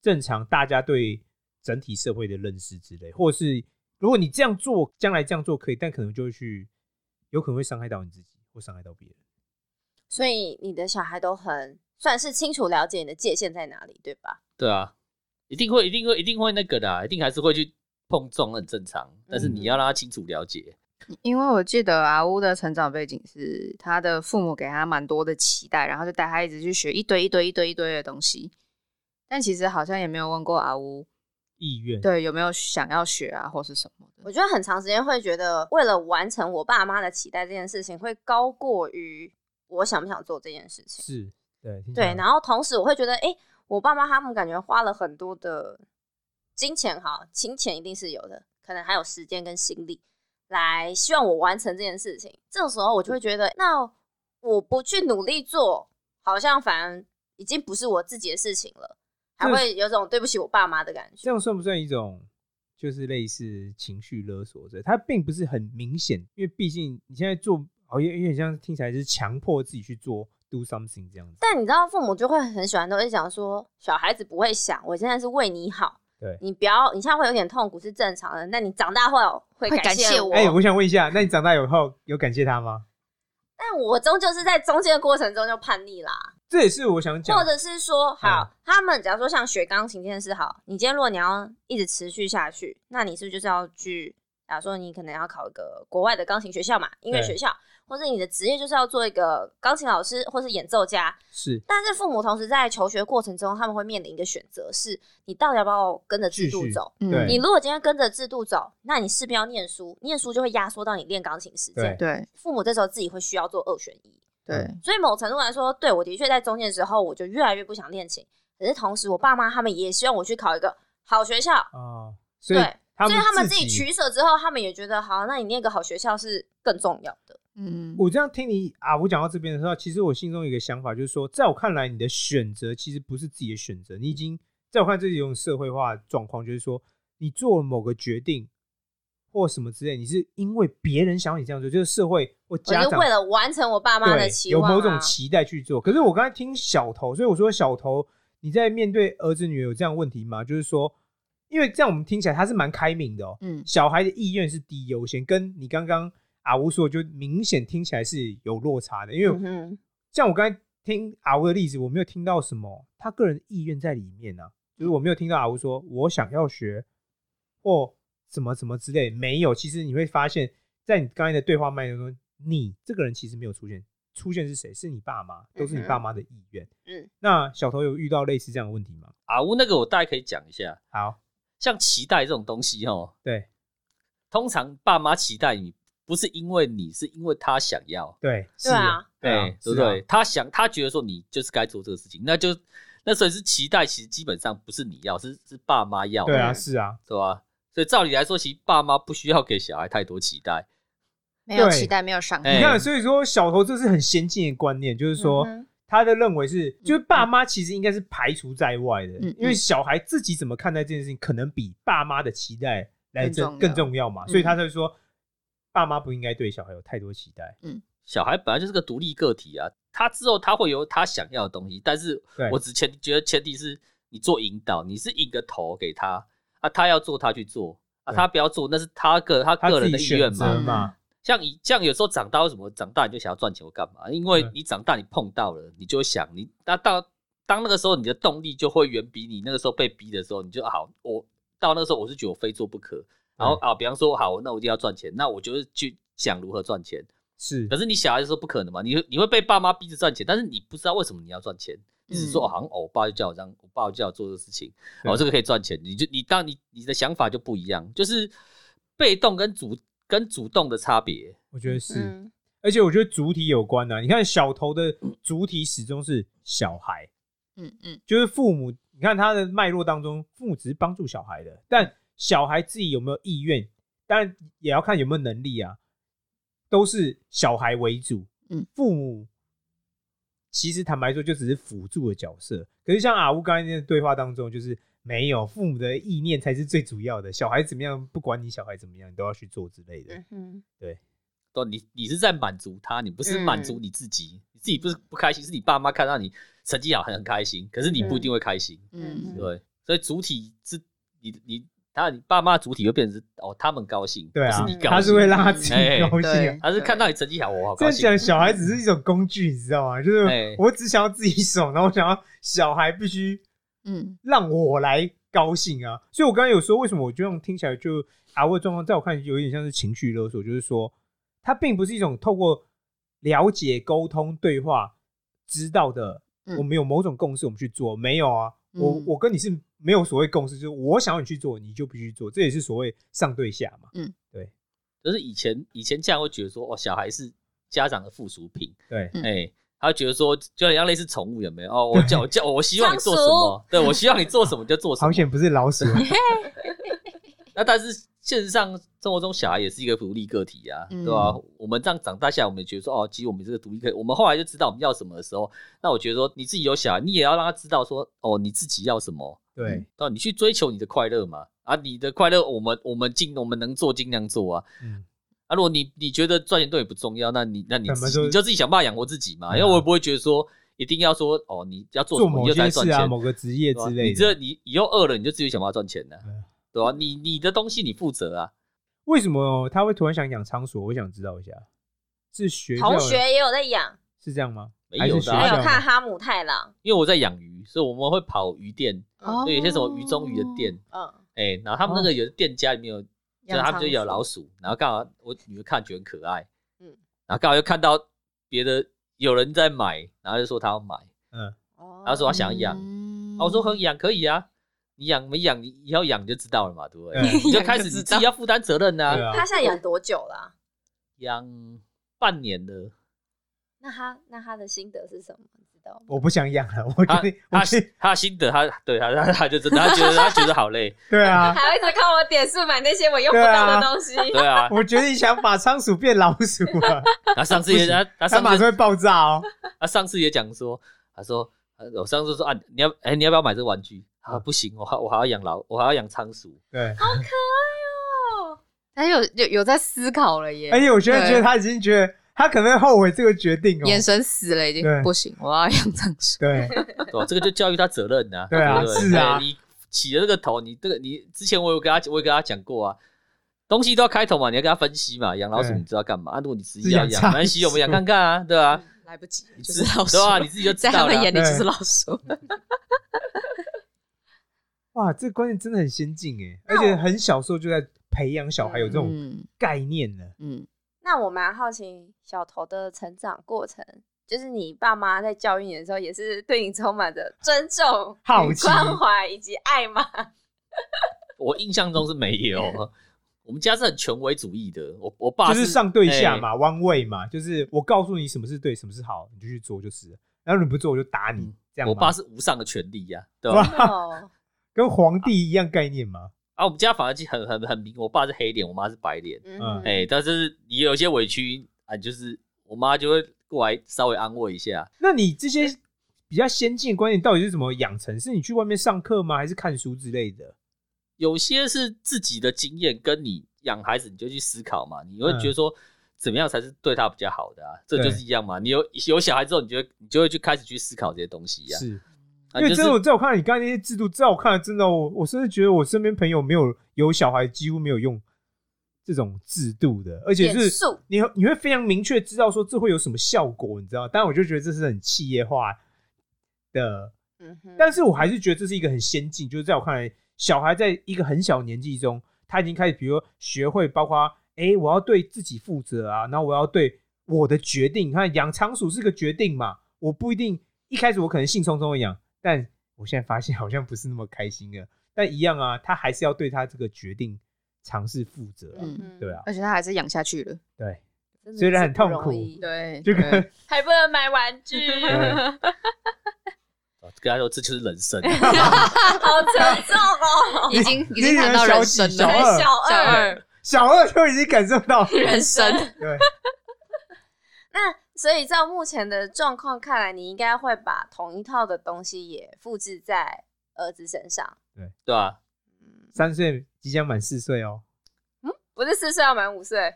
[SPEAKER 3] 正常大家对整体社会的认识之类，或是如果你这样做，将来这样做可以，但可能就会去有可能会伤害到你自己，或伤害到别人。
[SPEAKER 1] 所以你的小孩都很算是清楚了解你的界限在哪里，对吧？
[SPEAKER 4] 对啊，一定会，一定会，一定会那个的啊、一定还是会去碰撞，很正常。但
[SPEAKER 3] 嗯
[SPEAKER 4] 是你要让他清楚了解，
[SPEAKER 6] 因为我记得阿乌的成长背景是他的父母给他蛮多的期待，然后就带他一直去学一堆一堆一堆一堆的东西，但其实好像也没有问过阿乌
[SPEAKER 3] 意愿，
[SPEAKER 6] 对有没有想要学啊或是什么
[SPEAKER 1] 我
[SPEAKER 6] 的。
[SPEAKER 1] 觉得很长时间会觉得，为了完成我爸妈的期待这件事情，会高过于我想不想做这件事情。
[SPEAKER 3] 是，对，听起来
[SPEAKER 1] 对，然后同时我会觉得，哎、我爸妈他们感觉花了很多的金钱，哈，金钱一定是有的，可能还有时间跟心力来希望我完成这件事情。这种时候我就会觉得，那我不去努力做，好像反而已经不是我自己的事情了，还
[SPEAKER 3] 这
[SPEAKER 1] 会有种对不起我爸妈的感
[SPEAKER 3] 这
[SPEAKER 1] 觉。
[SPEAKER 3] 样算不算一种就是类似情绪勒索这？它并哦不是很明显，因为毕竟你现在做，好像有点像听起来是强迫自己去做 do something 这样子。
[SPEAKER 1] 但你知道，父母就会很喜欢都会讲说，小孩子不会想，我现在是为你好，
[SPEAKER 3] 对
[SPEAKER 1] 你不要，你现在会有点痛苦是正常的，那你长大后会
[SPEAKER 2] 会
[SPEAKER 1] 感
[SPEAKER 2] 感
[SPEAKER 1] 谢
[SPEAKER 2] 谢
[SPEAKER 1] 我。
[SPEAKER 3] 哎、我想问一下，那你长大以后有感谢他吗？
[SPEAKER 1] 但我终究是在中间的过程中就叛逆啦，
[SPEAKER 3] 这嗯也是我想讲
[SPEAKER 1] 或，者是说，好，他们假如说像学钢琴这件事，好，你今天如果你要一直持续下去，那你是不是就是要去，假如说你可能要考一个国外的钢琴学校嘛，音乐
[SPEAKER 3] 对
[SPEAKER 1] 学校，或者你的职业就是要做一个钢琴老师或是演奏家，
[SPEAKER 3] 是
[SPEAKER 1] 但是父母同时在求学过程中，他们会面临一个选择：是你到底要不要跟着制
[SPEAKER 3] 继
[SPEAKER 1] 度
[SPEAKER 3] 续
[SPEAKER 1] 走？
[SPEAKER 6] 嗯
[SPEAKER 3] 对
[SPEAKER 1] 你如果今天跟着制度走，那你势必要念书，念书就会压缩到你练钢琴时间。
[SPEAKER 3] 对
[SPEAKER 6] 对
[SPEAKER 1] 父母这时候自己会需要做二选一，
[SPEAKER 6] 对，
[SPEAKER 4] 嗯
[SPEAKER 1] 所以某程度来说，对我的确在中间的时候，我就越来越不想练琴。可是同时，我爸妈他们也希望我去考一个好学校，
[SPEAKER 3] 啊、所以
[SPEAKER 1] 对
[SPEAKER 3] 他
[SPEAKER 1] 所以他们自己
[SPEAKER 3] 己
[SPEAKER 1] 取舍之后，他们也觉得好，那你念个好学校是更重要的。
[SPEAKER 6] 嗯，
[SPEAKER 3] 我这样听你啊，我讲到这边的时候，其实我心中有一个想法，就是说，在我看来，你的选择其实不是自己的选择，你已经在我看来这是一种社会化的状况，就是说，你做某个决定或什么之类，你是因为别人想要你这样做，就是社会或
[SPEAKER 1] 我
[SPEAKER 3] 家
[SPEAKER 1] 就
[SPEAKER 3] 长
[SPEAKER 1] 为了完成我爸妈的
[SPEAKER 3] 对
[SPEAKER 1] 期
[SPEAKER 3] 有
[SPEAKER 1] 望、啊，
[SPEAKER 3] 某种期待去做。可是我刚才听小头，所以我说小头，你在面对儿子女儿有这样的问题吗？就是说，因为这样我们听起来他是蛮开明的哦、
[SPEAKER 6] 嗯
[SPEAKER 3] 小孩的意愿是第一优先，跟你刚刚阿吴说，就明显听起来是有落差的。因为
[SPEAKER 1] 嗯哼。
[SPEAKER 3] 像我刚才听阿吴的例子，我没有听到什么他个人意愿在里面啊，就是我没有听到阿吴说啊我想要学或怎么怎么之类，没有。其实你会发现在你刚才的对话脉络中，你这个人其实没有出现，出现是谁？是你爸妈，都是你爸妈的意愿。
[SPEAKER 1] 嗯，
[SPEAKER 3] 那小头有遇到类似这样的问题吗？
[SPEAKER 4] 啊呜，那个我大概可以讲一下，
[SPEAKER 3] 好，
[SPEAKER 4] 像期待这种东西哦，
[SPEAKER 3] 对
[SPEAKER 4] 通常爸妈期待你，不是因为你，是因为他想要，
[SPEAKER 3] 对是
[SPEAKER 1] 对啊，
[SPEAKER 3] 对啊
[SPEAKER 4] 对不
[SPEAKER 3] 是啊
[SPEAKER 4] 对？他想，他觉得说你就是该做这个事情，那就那所以是期待，其实基本上不是你要，是是爸妈要，
[SPEAKER 3] 对啊，是啊，
[SPEAKER 4] 对吧？所以照理来说，其实爸妈不需要给小孩太多期待，
[SPEAKER 2] 没有
[SPEAKER 3] 对
[SPEAKER 2] 期待，没有伤害。
[SPEAKER 4] 哎
[SPEAKER 3] 你看，所以说小头这是很先进的观念，就是说
[SPEAKER 1] 嗯哼
[SPEAKER 3] 他的认为是，就是爸妈其实应该是排除在外的，
[SPEAKER 6] 嗯
[SPEAKER 3] 因为小孩自己怎么看待这件事情，可能比爸妈的期待来
[SPEAKER 6] 更重
[SPEAKER 3] 更
[SPEAKER 6] 要
[SPEAKER 3] 更重要嘛，所以他才会说爸妈不应该对小孩有太多期
[SPEAKER 4] 嗯
[SPEAKER 3] 待。
[SPEAKER 4] 小孩本来就是个独立个体啊，他之后他会有他想要的东西，但是
[SPEAKER 3] 对
[SPEAKER 4] 我只前觉得前提是你做引导，你是引个头给他啊，他要做他去做啊，
[SPEAKER 3] 对
[SPEAKER 4] 他不要做那是他个他
[SPEAKER 3] 他自
[SPEAKER 4] 个人
[SPEAKER 3] 己
[SPEAKER 4] 的意
[SPEAKER 3] 选
[SPEAKER 4] 愿
[SPEAKER 3] 择
[SPEAKER 4] 嘛。
[SPEAKER 3] 嘛，
[SPEAKER 4] 像你像有时候长大为什么长大你就想要赚钱或干嘛？因为
[SPEAKER 3] 对
[SPEAKER 4] 你长大你碰到了，你就会想你那到当那个时候你的动力就会远比你那个时候被逼的时候，你就啊好我到那个时候我是觉得我非做不可，然后
[SPEAKER 3] 嗯
[SPEAKER 4] 啊比方说好那我一定要赚钱，那我就是去想如何赚钱。
[SPEAKER 3] 是
[SPEAKER 4] 可是你小孩的时候不可能嘛，你会你会被爸妈逼着赚钱，但是你不知道为什么你要赚钱，你只是说、哦好像哦，我爸就叫我这样，我爸就叫我做这个事情，
[SPEAKER 3] 嗯对
[SPEAKER 4] 哦这个可以赚钱，你就你当你你的想法就不一样，就是被动跟主跟主动的差别。
[SPEAKER 3] 我觉得是，
[SPEAKER 1] 嗯，
[SPEAKER 3] 而且我觉得主体有关啊。你看小头的主体始终是小孩，
[SPEAKER 6] 嗯嗯
[SPEAKER 3] 就是父母，你看他的脉络当中，父母只是帮助小孩的，但小孩自己有没有意愿，当然也要看有没有能力啊，都是小孩为主。
[SPEAKER 6] 嗯，
[SPEAKER 3] 父母其实坦白说就只是辅助的角色。可是像阿乌刚才那个对话当中，就是没有父母的意念才是最主要的，小孩怎么样，不管你小孩怎么样，你都要去做之类的。
[SPEAKER 1] 嗯哼，
[SPEAKER 4] 对，你你是在满足他，你不是
[SPEAKER 1] 嗯
[SPEAKER 4] 满足你自己，你自己不是不开心，是你爸妈看到你成绩好很很开心，可是你不一定会开心，
[SPEAKER 1] 嗯
[SPEAKER 6] 嗯
[SPEAKER 4] 对，所以主体是你你他你爸妈的主体会变成是哦他们高兴，
[SPEAKER 3] 对啊
[SPEAKER 4] 不是
[SPEAKER 1] 嗯
[SPEAKER 4] 你，高兴，
[SPEAKER 3] 他是会让他自己
[SPEAKER 4] 哎
[SPEAKER 3] 高兴啊
[SPEAKER 6] 对。
[SPEAKER 4] 他是看到你成绩好，我好
[SPEAKER 3] 这
[SPEAKER 4] 高
[SPEAKER 3] 样
[SPEAKER 4] 兴。
[SPEAKER 3] 讲，小孩只是一种工具，你知道吗？就是
[SPEAKER 4] 哎
[SPEAKER 3] 我只想要自己爽， 然后我想要小孩必须
[SPEAKER 6] 嗯
[SPEAKER 3] 让我来高兴啊。所以我刚才有说，为什么我就用听起来就阿威的状况，在我看有点像是情绪勒索，就是说它并不是一种透过了解、沟通、对话知道的。
[SPEAKER 6] 嗯
[SPEAKER 3] 我们有某种共识，我们去做，没有啊？我
[SPEAKER 6] 嗯
[SPEAKER 3] 我跟你是没有所谓共识，就是我想要你去做，你就必须做，这也是所谓上对下嘛。
[SPEAKER 4] 就是以前以前这样会觉得说，哦，小孩是家长的附属品，
[SPEAKER 3] 对，
[SPEAKER 4] 哎、
[SPEAKER 6] 嗯
[SPEAKER 4] 他觉得说，就很像类似宠物有没有？哦，我 叫我叫我希望你做什么，对我希望你做什么就做什
[SPEAKER 3] 好
[SPEAKER 4] 么。
[SPEAKER 3] 险不是老鼠啊，
[SPEAKER 4] 那但是现实上生活中，小孩也是一个独立个体啊，
[SPEAKER 6] 嗯
[SPEAKER 4] 对吧、我们这样长大下来，我们也觉得说，哦，其实我们这个独立个体，我们后来就知道我们要什么的时候，那我觉得说，你自己有小孩，你也要让他知道说，哦，你自己要什么，
[SPEAKER 3] 对，
[SPEAKER 4] 那你去追求你的快乐嘛。啊，你的快乐，我们我们尽我们能做尽量做啊。
[SPEAKER 3] 嗯，
[SPEAKER 4] 啊，如果你你觉得赚钱对你不重要，那你那你
[SPEAKER 3] 怎么
[SPEAKER 4] 自己
[SPEAKER 3] 说
[SPEAKER 4] 你就自己想办法养活自己嘛，
[SPEAKER 3] 嗯
[SPEAKER 4] 因为我也不会觉得说一定要说哦，你要做什
[SPEAKER 3] 做
[SPEAKER 4] 么你
[SPEAKER 3] 某
[SPEAKER 4] 就才
[SPEAKER 3] 件
[SPEAKER 4] 赚
[SPEAKER 3] 事
[SPEAKER 4] 钱
[SPEAKER 3] 啊，，某个职业
[SPEAKER 4] 对吧
[SPEAKER 3] 之
[SPEAKER 4] 你
[SPEAKER 3] 类
[SPEAKER 4] 这
[SPEAKER 3] 的。
[SPEAKER 4] 你以后饿了你就自己想办法赚钱呢、
[SPEAKER 3] 嗯
[SPEAKER 4] 对吧、你你的东西你负责啊，
[SPEAKER 3] 为什么他会突然想养仓鼠？我想知道一下，是学校
[SPEAKER 1] 同学也有在养，
[SPEAKER 3] 是这样吗？
[SPEAKER 4] 没
[SPEAKER 3] 还
[SPEAKER 4] 有
[SPEAKER 3] 是学
[SPEAKER 4] 的啊
[SPEAKER 1] 还
[SPEAKER 3] 校
[SPEAKER 1] 有看
[SPEAKER 3] 吗？
[SPEAKER 1] 哈姆太郎，
[SPEAKER 4] 因为我在养鱼，所以我们会跑鱼店，
[SPEAKER 1] 哦
[SPEAKER 4] 对，有些什么鱼中鱼的店，
[SPEAKER 1] 嗯，
[SPEAKER 4] 哎、然后他们
[SPEAKER 3] 哦
[SPEAKER 4] 那个有的店家里面有，就是他们就
[SPEAKER 6] 养
[SPEAKER 4] 有
[SPEAKER 6] 仓
[SPEAKER 4] 老鼠，然后刚好我女儿看觉得很可爱，嗯
[SPEAKER 1] 嗯，
[SPEAKER 4] 然后刚好又看到别的有人在买，然后就说他要买，
[SPEAKER 3] 嗯，
[SPEAKER 1] 哦
[SPEAKER 4] 然后说他想养，
[SPEAKER 2] 嗯
[SPEAKER 4] 啊，我说可以养可以啊，你养没养你以后养就知道了嘛，对不对？
[SPEAKER 3] 嗯
[SPEAKER 4] 你就开始你自己要负担责任
[SPEAKER 3] 对
[SPEAKER 4] 呐、
[SPEAKER 3] 啊
[SPEAKER 1] 他现在养多久了？啊
[SPEAKER 4] 养半年了，
[SPEAKER 1] 那他那他的心得是什么？你知道吗？
[SPEAKER 3] 我不想养了，我
[SPEAKER 4] 他
[SPEAKER 3] 觉得我
[SPEAKER 4] 他
[SPEAKER 3] 觉得
[SPEAKER 4] 他心得他对他他他就真的他觉得他觉得 好累，
[SPEAKER 3] 对啊，
[SPEAKER 1] 还一直看我点数买那些我用不到的东西，
[SPEAKER 4] 对啊，
[SPEAKER 3] 我觉得你想把仓鼠变老鼠 啊，
[SPEAKER 4] 他上次也他他
[SPEAKER 3] 它
[SPEAKER 4] 上
[SPEAKER 3] 马
[SPEAKER 4] 次
[SPEAKER 3] 上会爆炸哦。
[SPEAKER 4] 他上次也讲说，他说呃我上次说啊，你要哎、你要不要买这个玩具？
[SPEAKER 3] 嗯
[SPEAKER 4] 他说不行，我还我还要养老，我还要养仓鼠。
[SPEAKER 3] 对，
[SPEAKER 6] 他有有有在思考了耶，
[SPEAKER 3] 而且我现在觉得他已经觉得他可能会后悔这个决定哦。
[SPEAKER 6] 眼神死了已经
[SPEAKER 3] 对，
[SPEAKER 6] 不行，我要养仓鼠。
[SPEAKER 3] 对，
[SPEAKER 4] 对吧？这个就教育他责任呐、
[SPEAKER 3] 对啊
[SPEAKER 4] 不对
[SPEAKER 3] 是啊
[SPEAKER 4] 哎你起了这个头，你这个你之前我有跟他我有跟他讲过啊，东西都要开头嘛，你要跟他分析嘛。养老鼠
[SPEAKER 3] 对
[SPEAKER 4] 你知道干嘛？啊、如果你自己
[SPEAKER 3] 是
[SPEAKER 4] 要
[SPEAKER 3] 养
[SPEAKER 4] 养，
[SPEAKER 3] 仓
[SPEAKER 4] 没关系，我们养
[SPEAKER 3] 鼠
[SPEAKER 4] 看看啊，对吧、啊？
[SPEAKER 6] 来不及，
[SPEAKER 4] 你
[SPEAKER 6] 就
[SPEAKER 4] 自
[SPEAKER 6] 是老鼠，
[SPEAKER 4] 对啊，你自己就知
[SPEAKER 6] 在他
[SPEAKER 4] 道了
[SPEAKER 6] 们
[SPEAKER 4] 啊。
[SPEAKER 6] 眼里就是
[SPEAKER 3] 对
[SPEAKER 6] 老鼠。
[SPEAKER 3] 哇，这个观念真的很先进哎，而且很小时候就在培养小孩有这种
[SPEAKER 6] 嗯
[SPEAKER 3] 概念呢。
[SPEAKER 6] 嗯，
[SPEAKER 1] 那我蛮好奇小头的成长过程，就是你爸妈在教育你的时候，也是对你充满着尊重、
[SPEAKER 3] 好
[SPEAKER 1] 与
[SPEAKER 3] 奇
[SPEAKER 1] 关怀以及爱 吗？
[SPEAKER 4] 我印象中是没有。我们家是很权威主义的，我我爸
[SPEAKER 3] 就是是上对下
[SPEAKER 4] 哎
[SPEAKER 3] 嘛，弯位嘛，就是我告诉你什么是对，什么是好，你就去做就是了。然后你不做，我就打你
[SPEAKER 4] 嗯，
[SPEAKER 3] 这样吗。
[SPEAKER 4] 我爸是无上的权利呀、对吧、
[SPEAKER 3] 哇
[SPEAKER 4] 啊？
[SPEAKER 1] 哦，
[SPEAKER 3] 跟皇帝一样概念嘛，
[SPEAKER 4] 我们家反而就很很很明，我爸是黑脸，我妈是白脸。
[SPEAKER 1] 嗯，
[SPEAKER 4] 哎、但是你有一些委屈啊，就是我妈就会过来稍微安慰一下。
[SPEAKER 3] 那你这些比较先进的观念到底是怎么养成？是你去外面上课吗？还是看书之类的？
[SPEAKER 4] 有些是自己的经验，跟你养孩子你就去思考嘛，你会
[SPEAKER 3] 嗯
[SPEAKER 4] 觉得说怎么样才是对他比较好的啊？这就是
[SPEAKER 3] 对
[SPEAKER 4] 一样嘛。你有有小孩之后，你就会你就会去开始去思考这些东西呀、
[SPEAKER 3] 是因
[SPEAKER 4] 啊。
[SPEAKER 3] 为
[SPEAKER 4] 就是
[SPEAKER 3] 真的，我在我看到你刚才那些制度，在我看来，真的我我甚至觉得我身边朋友没有有小孩，几乎没有用这种制度的，而且
[SPEAKER 1] 点
[SPEAKER 3] 是
[SPEAKER 1] 数
[SPEAKER 3] 你你会非常明确知道说这会有什么效果，你知道？但我就觉得这是很企业化的，
[SPEAKER 1] 嗯哼，
[SPEAKER 3] 但是我还是觉得这是一个很先进，就是在我看来，小孩在一个很小年纪中，他已经开始，比如说学会，包括诶，我要对自己负责啊，然后我要对我的决定，你看养仓鼠是个决定嘛，我不一定一开始我可能兴冲冲的养，但我现在发现好像不是那么开心了，但一样啊，他还是要对他这个决定尝试负责啊、
[SPEAKER 6] 嗯
[SPEAKER 1] 嗯
[SPEAKER 3] 对啊，
[SPEAKER 6] 而且他还是养下去了。哦
[SPEAKER 3] 对，
[SPEAKER 1] 真的
[SPEAKER 3] 虽然
[SPEAKER 1] 是
[SPEAKER 3] 很痛
[SPEAKER 1] 不容
[SPEAKER 3] 苦
[SPEAKER 1] 易
[SPEAKER 6] 对，
[SPEAKER 3] 这个
[SPEAKER 1] 还不能买玩具，
[SPEAKER 3] 对
[SPEAKER 4] 哦跟他说这就是人生，啊
[SPEAKER 1] 好沉重哦。
[SPEAKER 6] 已 经已
[SPEAKER 3] 你
[SPEAKER 6] 经谈
[SPEAKER 3] 人
[SPEAKER 6] 到
[SPEAKER 3] 小
[SPEAKER 6] 人
[SPEAKER 3] 几
[SPEAKER 6] 生
[SPEAKER 3] 小
[SPEAKER 6] 了，
[SPEAKER 3] 二
[SPEAKER 1] 小二，
[SPEAKER 3] 小二就已经感受到 了，
[SPEAKER 6] 人生。
[SPEAKER 3] 对，
[SPEAKER 1] 那所以照目前的状况看来，你应该会把同一套的东西也复制在儿子身上，
[SPEAKER 4] 对吧、
[SPEAKER 3] 三岁即将满四岁 哦，
[SPEAKER 1] 不是四岁要满五岁。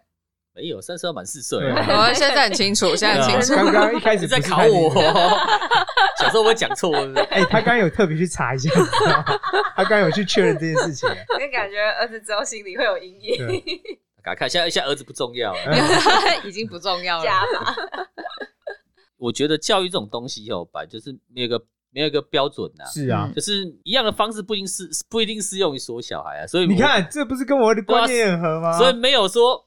[SPEAKER 4] 没有，三十要满四岁
[SPEAKER 3] 对
[SPEAKER 4] 啊，
[SPEAKER 6] 我哦现在很清楚，现在很清楚。
[SPEAKER 3] 刚刚一开始
[SPEAKER 4] 你
[SPEAKER 3] 不
[SPEAKER 4] 在
[SPEAKER 3] 是
[SPEAKER 4] 考
[SPEAKER 3] 太
[SPEAKER 4] 我
[SPEAKER 3] 那个。
[SPEAKER 4] 小时候我会讲错，是不是
[SPEAKER 3] 哎、 他刚刚有特别去查一下，你知道吗他刚刚有去确认这件事情。啊
[SPEAKER 1] 就感觉儿子之后心里会有阴影，
[SPEAKER 3] 对，
[SPEAKER 4] 给他看，现在现在儿子不重要了。
[SPEAKER 3] 嗯
[SPEAKER 6] 已经不重要
[SPEAKER 1] 加
[SPEAKER 6] 了。
[SPEAKER 1] 码。
[SPEAKER 4] 我觉得教育这种东西哦，本来就是没有一个没有一个标准呐、
[SPEAKER 3] 是啊，
[SPEAKER 6] 嗯
[SPEAKER 4] 就是一样的方式不一定是不一定适用于所有小孩啊，所以我
[SPEAKER 3] 你，看这不是跟我的观念很合吗？
[SPEAKER 4] 啊所以没有说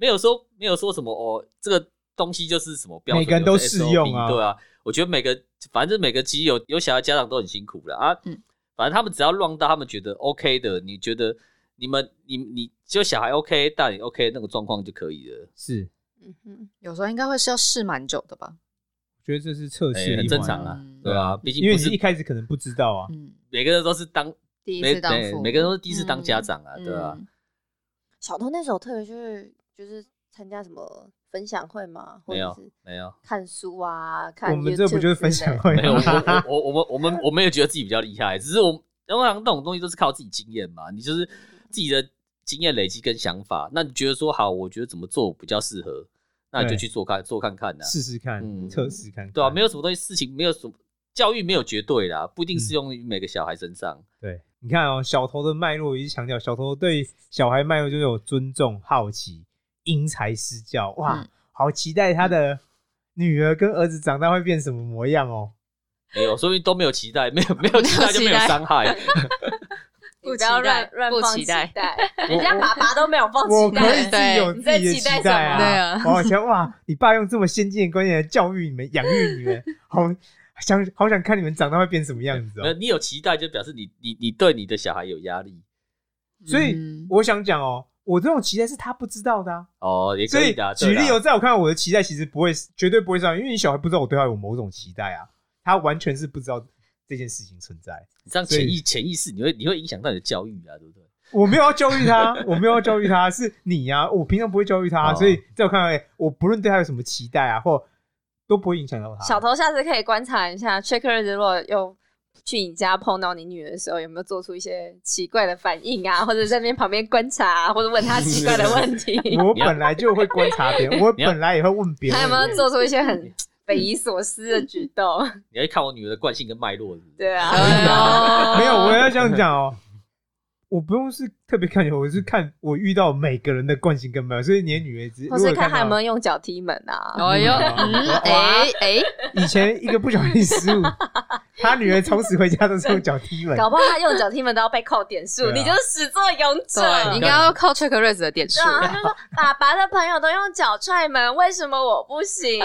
[SPEAKER 4] 没有说没有说什么哦，这个东西就是什么标准，
[SPEAKER 3] 每个人都适用啊
[SPEAKER 4] 有 SOP 对啊，我觉得每个反正每个其实有有小孩家长都很辛苦了啊，
[SPEAKER 6] 嗯
[SPEAKER 4] 反正他们只要让到他们觉得 OK 的，你觉得你们你你就小孩 OK，大人 OK 那个状况就可以了，
[SPEAKER 3] 是，
[SPEAKER 1] 嗯哼，
[SPEAKER 6] 有时候应该会是要试蛮久的吧？
[SPEAKER 3] 我觉得这是测
[SPEAKER 4] 哎、
[SPEAKER 3] 试、
[SPEAKER 4] 很正常
[SPEAKER 6] 啊
[SPEAKER 4] 啦，
[SPEAKER 6] 嗯
[SPEAKER 4] 对啊，毕竟
[SPEAKER 3] 因为
[SPEAKER 4] 不
[SPEAKER 3] 你
[SPEAKER 4] 是
[SPEAKER 3] 一开始可能不知道啊。
[SPEAKER 6] 嗯，
[SPEAKER 4] 每个人都是当
[SPEAKER 6] 第一
[SPEAKER 4] 每
[SPEAKER 6] 次当
[SPEAKER 4] 对
[SPEAKER 6] 父母，
[SPEAKER 4] 每个人都是第一次当家长啊，
[SPEAKER 6] 嗯
[SPEAKER 4] 对吧、
[SPEAKER 6] 嗯
[SPEAKER 1] 小童那时候特别去就是参加什么分享会嘛，或
[SPEAKER 4] 没
[SPEAKER 1] 者
[SPEAKER 4] 有
[SPEAKER 1] 是
[SPEAKER 4] 没有
[SPEAKER 1] 看书啊，看
[SPEAKER 3] 我们这不就是分享
[SPEAKER 1] YouTube 之类的？
[SPEAKER 3] 会
[SPEAKER 4] 没有，我
[SPEAKER 3] 吗？
[SPEAKER 4] 我我我我们我们也觉得自己比较厉害，只是我通常那种东西都是靠自己经验嘛，你就是自己的经验累积跟想法，那你觉得说好，我觉得怎么做比较适合，那你就
[SPEAKER 3] 对
[SPEAKER 4] 去做看做看看呐、
[SPEAKER 3] 试试看，
[SPEAKER 4] 嗯
[SPEAKER 3] 测试看看，
[SPEAKER 4] 对啊，没有什么东西事情没有什么教育没有绝对啦，不一定适用于每个小孩身上。
[SPEAKER 3] 对，你看哦，小头的脉络，我一直强调，小头对小孩脉络就是有尊重、好奇、因材施教。哇，
[SPEAKER 4] 嗯
[SPEAKER 3] 好期待他的女儿跟儿子长大会变什么模样哦。
[SPEAKER 4] 没有，说明都没有期待，没有没有期待就没有伤害。
[SPEAKER 1] 你不要乱乱
[SPEAKER 6] 不
[SPEAKER 1] 放
[SPEAKER 6] 期
[SPEAKER 1] 期
[SPEAKER 6] 待
[SPEAKER 1] 待，人家爸爸都没有放
[SPEAKER 3] 我
[SPEAKER 1] 期
[SPEAKER 3] 可以
[SPEAKER 1] 待
[SPEAKER 3] 自。己有自己的
[SPEAKER 1] 你在期待
[SPEAKER 3] 待啊。
[SPEAKER 6] 什么
[SPEAKER 3] 我好想哇，你爸用这么先进的观念来教育你们、养育你们，好想好想看你们长大会变什么样子
[SPEAKER 4] 那
[SPEAKER 3] 哦。
[SPEAKER 4] 你有期待，就表示你你你对你的小孩有压力
[SPEAKER 3] 所以
[SPEAKER 6] 嗯
[SPEAKER 3] 我想讲哦，我这种期待是他不知道的啊。
[SPEAKER 4] 哦，也
[SPEAKER 3] 所
[SPEAKER 4] 可
[SPEAKER 3] 以
[SPEAKER 4] 以的啊。
[SPEAKER 3] 举例
[SPEAKER 4] 对
[SPEAKER 3] 哦，
[SPEAKER 4] 啦
[SPEAKER 3] 在我看来，我的期待其实不会，绝对不会上，啊因为你小孩不知道我对他有某种期待啊，他完全是不知道这件事情存在。
[SPEAKER 4] 你这样潜意潜意识，你会你会影响到你的教育啊，对不对？
[SPEAKER 3] 我没有要教育他，我没有要教育他，是你呀、我平常不会教育他，啊
[SPEAKER 4] 哦
[SPEAKER 3] 所以在我看来，我不论对他有什么期待啊，或都不会影响到他。
[SPEAKER 1] 小头下次可以观察一下 c h e c k e r 如果有去你家碰到你女儿的时候，有没有做出一些奇怪的反应啊，或 者在那边旁边观察、啊，或者问他 奇怪的问题，
[SPEAKER 3] 我本来就会观察别人，我
[SPEAKER 4] 你要
[SPEAKER 3] 本来也会问别
[SPEAKER 1] 他有
[SPEAKER 3] 人
[SPEAKER 1] 没。有做出一些 很匪夷所思的举动？
[SPEAKER 4] 你会看我女儿的惯性跟脉络是不是
[SPEAKER 1] 对啊，
[SPEAKER 2] 哎
[SPEAKER 3] 没有，我要这样讲哦。我不用是特别看你，我是看我遇到每个人的惯性跟有，所以你的女儿只，
[SPEAKER 1] 或是
[SPEAKER 3] 如果
[SPEAKER 1] 看他有
[SPEAKER 3] 到
[SPEAKER 1] 没有用脚踢门啊？
[SPEAKER 2] 哎
[SPEAKER 6] 哦 哟，
[SPEAKER 3] 嗯
[SPEAKER 6] 嗯，
[SPEAKER 3] 哇
[SPEAKER 6] 哎哎，
[SPEAKER 3] 以前一个不小心 失误，他女儿从此回家都是用脚踢门。
[SPEAKER 1] 搞不好他用脚踢门都要被扣点数，
[SPEAKER 3] 对啊
[SPEAKER 1] 你就是始作俑者。
[SPEAKER 6] 对，应该要靠 check raise 的点数
[SPEAKER 1] 对。啊，他就说爸爸的朋友都用脚踹门，为什么我不 行？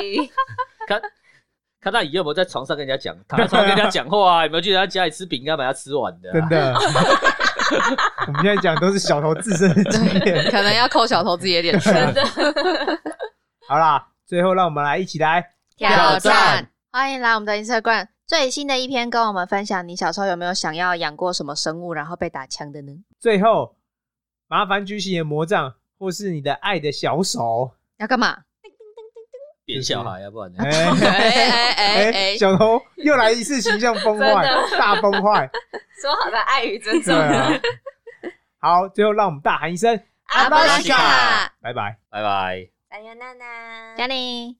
[SPEAKER 4] 看 看他以后有没有在床上跟人家讲，躺在床上跟人家讲话啊，有没有去人家家里吃饼干把它吃完的啊、
[SPEAKER 3] 真的， 我们现在讲都是小头自身的经验。
[SPEAKER 6] 可能要扣小头自己的 点数。
[SPEAKER 1] 真 的，
[SPEAKER 3] 好啦，最后让我们来一起来，
[SPEAKER 6] 挑战，
[SPEAKER 2] 欢迎来我们的 Instagram 最新的一篇，跟我们分享你小时候有没有想要养过什么生物，然后被打枪的呢？
[SPEAKER 3] 最后麻烦举起你的魔杖，或是你的爱的小手。
[SPEAKER 6] 要干嘛？
[SPEAKER 4] 扁小孩啊，不然呢
[SPEAKER 3] 哎、
[SPEAKER 6] 哎 哎哎
[SPEAKER 3] 哎，
[SPEAKER 6] 哎，
[SPEAKER 3] 小头又来一次形象 崩坏，
[SPEAKER 1] 真
[SPEAKER 3] 大崩坏。
[SPEAKER 1] 说好的爱与尊
[SPEAKER 3] 对
[SPEAKER 1] 重。
[SPEAKER 3] 啊。好，最后让我们大喊一声，
[SPEAKER 1] 阿
[SPEAKER 4] 巴拉西卡
[SPEAKER 3] 拜拜。
[SPEAKER 4] 拜拜。
[SPEAKER 1] 加
[SPEAKER 2] 加你。